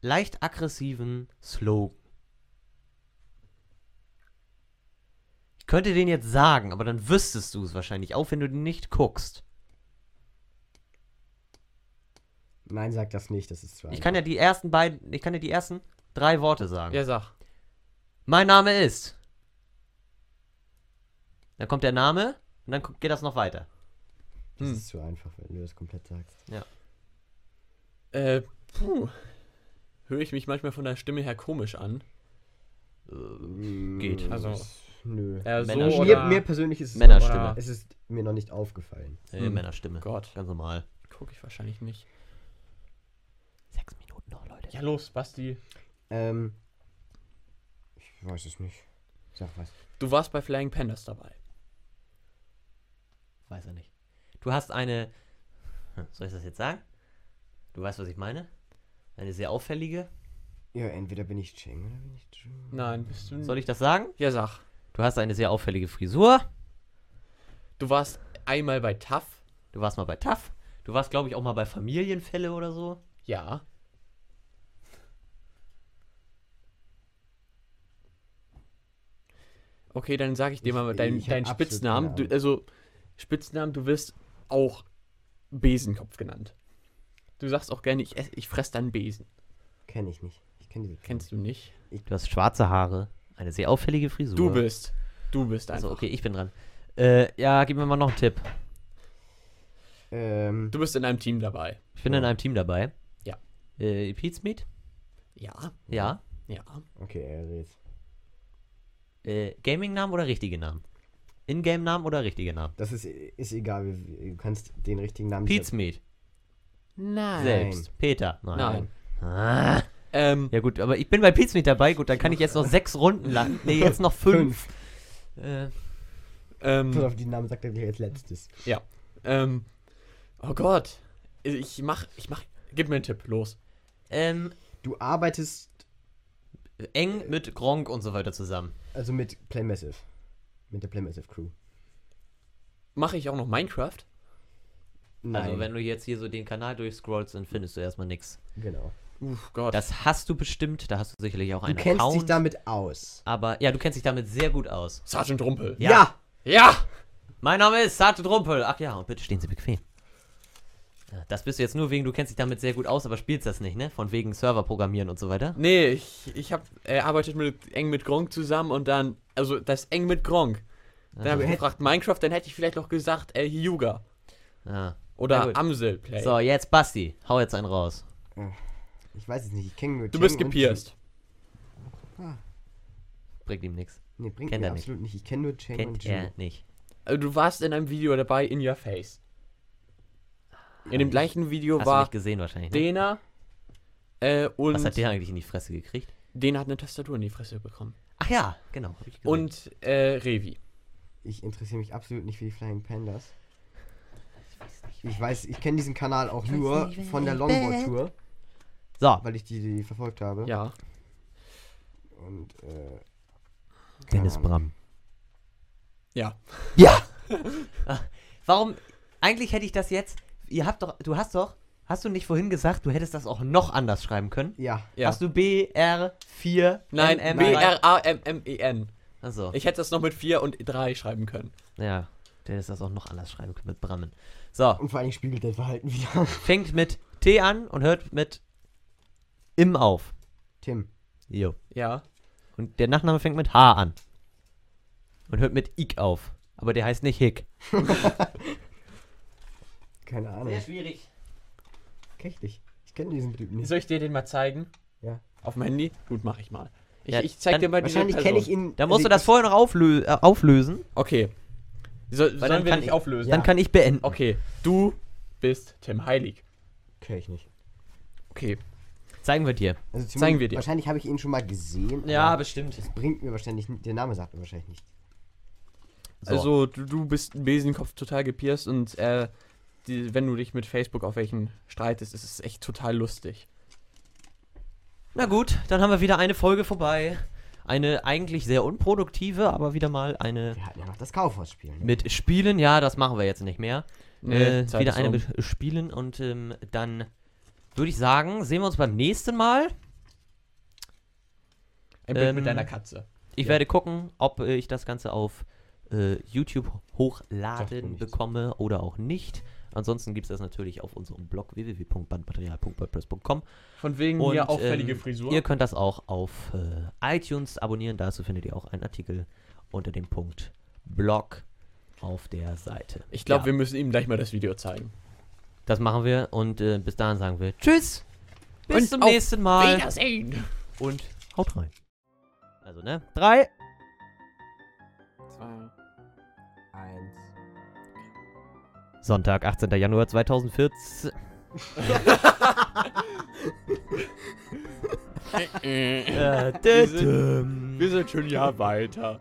Speaker 1: leicht aggressiven Slogan. Ich könnte den jetzt sagen, aber dann wüsstest du es wahrscheinlich, auch wenn du den nicht guckst.
Speaker 2: Nein, sag das nicht, das ist zu
Speaker 1: Ich
Speaker 2: einfach.
Speaker 1: kann ja die ersten beiden, ich kann ja die ersten drei Worte sagen.
Speaker 3: Ja, sag.
Speaker 1: Mein Name ist. Dann kommt der Name und dann geht das noch weiter.
Speaker 2: Das
Speaker 3: Hm.
Speaker 2: ist zu einfach, wenn du das komplett sagst.
Speaker 3: Äh, puh. Höre ich mich manchmal von der Stimme her komisch an.
Speaker 1: Geht.
Speaker 3: Also,
Speaker 2: Nö.
Speaker 3: äh, so
Speaker 1: Männerstimme.
Speaker 2: mir,
Speaker 3: oder...
Speaker 2: mir persönlich ist es,
Speaker 1: Männerstimme.
Speaker 2: es ist mir noch nicht aufgefallen.
Speaker 1: Äh,
Speaker 3: Hm.
Speaker 1: Männerstimme.
Speaker 3: Gott,
Speaker 1: Ganz normal.
Speaker 3: gucke ich wahrscheinlich nicht.
Speaker 1: Sechs Minuten noch, Leute.
Speaker 3: Ja, los, Basti.
Speaker 2: Ähm, ich weiß es nicht. Sag was.
Speaker 3: Du warst bei Flying Pandas dabei.
Speaker 1: Weiß er nicht. Du hast eine. Hm, Soll ich das jetzt sagen? Du weißt, was ich meine? Eine sehr auffällige.
Speaker 2: Ja, entweder bin ich Cheng oder bin ich Jun.
Speaker 3: Nein, bist du
Speaker 1: Soll ich das sagen?
Speaker 3: Ja, sag.
Speaker 1: Du hast eine sehr auffällige Frisur.
Speaker 3: Du warst einmal bei TAF.
Speaker 1: Du warst mal bei TAF. Du warst, glaube ich, auch mal bei Familienfälle oder so.
Speaker 3: Ja. Okay, dann sag ich dir
Speaker 2: Ich-
Speaker 3: mal deinen
Speaker 2: ich hab
Speaker 3: dein
Speaker 2: absolut
Speaker 3: Spitznamen.
Speaker 2: keine
Speaker 3: Du,
Speaker 2: Ahnung.
Speaker 3: also, Spitznamen, du wirst auch Besenkopf genannt. Du sagst auch gerne, ich, ess- ich fress deinen Besen.
Speaker 2: Kenn ich nicht. Ich kenne diese.
Speaker 3: Kennst du nicht?
Speaker 1: Du hast schwarze Haare. Eine sehr auffällige Frisur.
Speaker 3: Du bist. Du bist einfach.
Speaker 1: Also, okay, ich bin dran. Äh, ja, gib mir mal noch einen Tipp.
Speaker 2: Ähm,
Speaker 3: Du bist in einem Team dabei.
Speaker 1: Ich bin in einem Team dabei.
Speaker 3: Ja.
Speaker 1: Äh, Pete's Meet?
Speaker 3: Ja.
Speaker 1: Ja.
Speaker 3: Ja.
Speaker 2: okay, also jetzt.
Speaker 1: Äh, Gaming-Namen oder richtige Namen? In-Game-Namen oder richtige Namen?
Speaker 2: Das ist, ist egal, wir- du kannst den richtigen Namen
Speaker 1: Pete's Meet.
Speaker 3: Nein.
Speaker 1: Selbst. Peter.
Speaker 3: Nein.
Speaker 1: Ah.
Speaker 3: Ähm,
Speaker 1: Ja gut, aber ich bin bei Pete's Meet dabei. Gut, dann kann ich jetzt noch sechs Runden lang. Nee, jetzt noch fünf.
Speaker 2: Fünf.
Speaker 1: Äh,
Speaker 2: Pass
Speaker 3: ähm,
Speaker 2: auf, den Namen sagt er gleich als letztes.
Speaker 3: ähm, oh Gott. Ich mach, ich mach, gib mir einen Tipp, los.
Speaker 1: ähm,
Speaker 2: Du arbeitest
Speaker 1: Eng mit Gronk und so weiter zusammen.
Speaker 2: Also mit Playmassive. Mit der Playmassive Crew.
Speaker 3: Mache ich auch noch Minecraft?
Speaker 2: Nein,
Speaker 1: Also wenn du jetzt hier so den Kanal durchscrollst, dann findest du erstmal nichts.
Speaker 2: genau.
Speaker 3: Uff, Gott.
Speaker 1: Das hast du bestimmt, da hast du sicherlich auch
Speaker 2: Du
Speaker 1: einen
Speaker 2: kennst dich
Speaker 1: Account.
Speaker 2: damit aus.
Speaker 1: aber ja, du kennst dich damit sehr gut aus.
Speaker 3: Sergeant Rumpel.
Speaker 1: Ja.
Speaker 3: Ja!
Speaker 1: Mein Name ist Sergeant Rumpel. Ach ja, und bitte stehen Sie bequem. Ja, Das bist du jetzt nur wegen, du kennst dich damit sehr gut aus, aber spielst das nicht, ne? Von wegen Server programmieren und so weiter.
Speaker 3: Nee, ich, ich hab, er arbeitet mit, eng mit Gronk zusammen und dann, also das eng mit Gronk. Dann habe ich
Speaker 1: Also.
Speaker 3: gefragt, Minecraft, dann hätte ich vielleicht noch gesagt, äh, Hyuga.
Speaker 1: Ah. Ja,
Speaker 3: Oder
Speaker 1: gut.
Speaker 3: Amsel Play.
Speaker 1: So, jetzt Basti, hau jetzt einen raus.
Speaker 2: Ich weiß es nicht, ich kenne nur
Speaker 3: du bist
Speaker 2: Ting und-
Speaker 3: gepierst.
Speaker 1: Bringt ihm nichts.
Speaker 2: Nee, bringt
Speaker 1: Kennt
Speaker 2: mir
Speaker 1: er nicht.
Speaker 2: absolut nicht. Ich kenne nur Chang und
Speaker 1: Kennt er
Speaker 2: Jin.
Speaker 1: nicht.
Speaker 3: Also du warst in einem Video dabei, in your face. In dem gleichen Video
Speaker 1: Hast du
Speaker 3: war
Speaker 1: nicht gesehen wahrscheinlich, ne?
Speaker 3: Dena äh, und
Speaker 1: Was hat der eigentlich in die Fresse gekriegt?
Speaker 3: Dena hat eine Tastatur in die Fresse bekommen.
Speaker 1: Ach ja, genau, hab ich gesehen.
Speaker 3: Und äh, Revi.
Speaker 2: Ich interessiere mich absolut nicht für die Flying Pandas. Ich weiß, ich kenne diesen Kanal auch nur von der Longboard Tour,
Speaker 1: so,
Speaker 2: weil ich die, die verfolgt habe.
Speaker 3: Ja.
Speaker 2: Und äh,
Speaker 1: Dennis
Speaker 2: Ahnung.
Speaker 1: Bram.
Speaker 3: Ja.
Speaker 1: Warum? Eigentlich hätte ich das jetzt. Ihr habt doch. Du hast doch. Hast du nicht vorhin gesagt, du hättest das auch noch anders schreiben können?
Speaker 2: ja,
Speaker 3: Ja.
Speaker 1: Hast du BR4?
Speaker 3: Nein,
Speaker 1: MM?
Speaker 3: B-R-A-M-M-E-N.
Speaker 1: Achso.
Speaker 3: E Ich hätte das noch mit 4 und 3 schreiben können.
Speaker 1: Ja. Du hättest das auch noch anders schreiben können mit Brammen. So,
Speaker 2: und vor allem spiegelt dein Verhalten wieder.
Speaker 1: fängt mit T an und hört mit im auf.
Speaker 2: Tim,
Speaker 1: Jo.
Speaker 3: Ja.
Speaker 1: Und der Nachname fängt mit H an. Und hört mit Ik auf. Aber der heißt nicht Hick.
Speaker 2: keine Ahnung.
Speaker 1: schwierig.
Speaker 2: Kenn ich dich. Ich kenne diesen Typen nicht.
Speaker 3: Soll ich dir den mal zeigen?
Speaker 2: Ja.
Speaker 3: Auf dem Handy? Gut, mach ich mal. Ich,
Speaker 1: Ja,
Speaker 3: ich zeig
Speaker 1: dann-
Speaker 3: dir mal diese
Speaker 2: Wahrscheinlich kenne ich
Speaker 3: Person.
Speaker 2: ihn. also
Speaker 1: Da
Speaker 3: Also
Speaker 1: musst du das vorher noch auflö äh, auflösen.
Speaker 3: Okay. So, sollen
Speaker 1: dann
Speaker 3: wir
Speaker 1: kann
Speaker 3: nicht
Speaker 1: ich-
Speaker 3: auflösen?
Speaker 1: Dann kann ich beenden.
Speaker 3: Okay, du bist Tim Heilig.
Speaker 2: Kenn ich nicht.
Speaker 3: Okay.
Speaker 1: Zeigen wir dir.
Speaker 2: Also zumindest-
Speaker 3: Zeigen wir dir.
Speaker 2: Wahrscheinlich habe ich ihn schon mal gesehen. aber
Speaker 1: bestimmt.
Speaker 2: es bringt mir wahrscheinlich nicht. Der Name sagt mir wahrscheinlich nicht.
Speaker 1: So.
Speaker 3: Also, du, du bist ein Besenkopf total gepierst und äh, die, wenn du dich mit Facebook auf welchen streitest, ist es echt total lustig.
Speaker 1: Na gut, dann haben wir wieder eine Folge vorbei. Eine eigentlich sehr unproduktive, aber wieder mal eine
Speaker 2: Wir hatten ja noch das ne? Kaufhaus spielen.
Speaker 1: mit Spielen. Ja, das machen wir jetzt nicht mehr. äh,
Speaker 3: Zeit
Speaker 1: wieder
Speaker 3: ist
Speaker 1: eine
Speaker 3: um.
Speaker 1: mit Spielen und ähm, dann würde ich sagen, sehen wir uns beim nächsten Mal.
Speaker 3: Ein Bild
Speaker 1: ähm,
Speaker 3: mit deiner Katze.
Speaker 1: Ich
Speaker 3: Ja.
Speaker 1: werde gucken, ob ich das Ganze auf äh, YouTube
Speaker 2: Sagt mir
Speaker 1: hochladen
Speaker 2: nichts.
Speaker 1: bekomme oder auch nicht. Ansonsten gibt es das natürlich auf unserem Blog www.bandmaterial.wordpress.com.
Speaker 3: Von wegen
Speaker 1: Und,
Speaker 3: mir auffällige
Speaker 1: ähm,
Speaker 3: Frisur.
Speaker 1: Ihr könnt das auch auf äh, iTunes abonnieren. Dazu findet ihr auch einen Artikel unter dem Punkt Blog auf der Seite.
Speaker 3: Ich glaube,
Speaker 1: ja,
Speaker 3: wir müssen ihm gleich mal das Video zeigen.
Speaker 1: das machen wir und äh, bis dahin sagen wir Tschüss. Bis
Speaker 3: Und
Speaker 1: zum
Speaker 3: auf
Speaker 1: nächsten Mal.
Speaker 3: Wiedersehen!
Speaker 1: Und
Speaker 3: Hm.
Speaker 1: haut rein. Also, ne? Drei.
Speaker 2: Eins.
Speaker 1: Sonntag, 18. Januar 2014.
Speaker 3: wir,
Speaker 1: Äh,
Speaker 3: sind,
Speaker 1: dü- düm. Äh,
Speaker 3: wir sind schon ein Jahr weiter.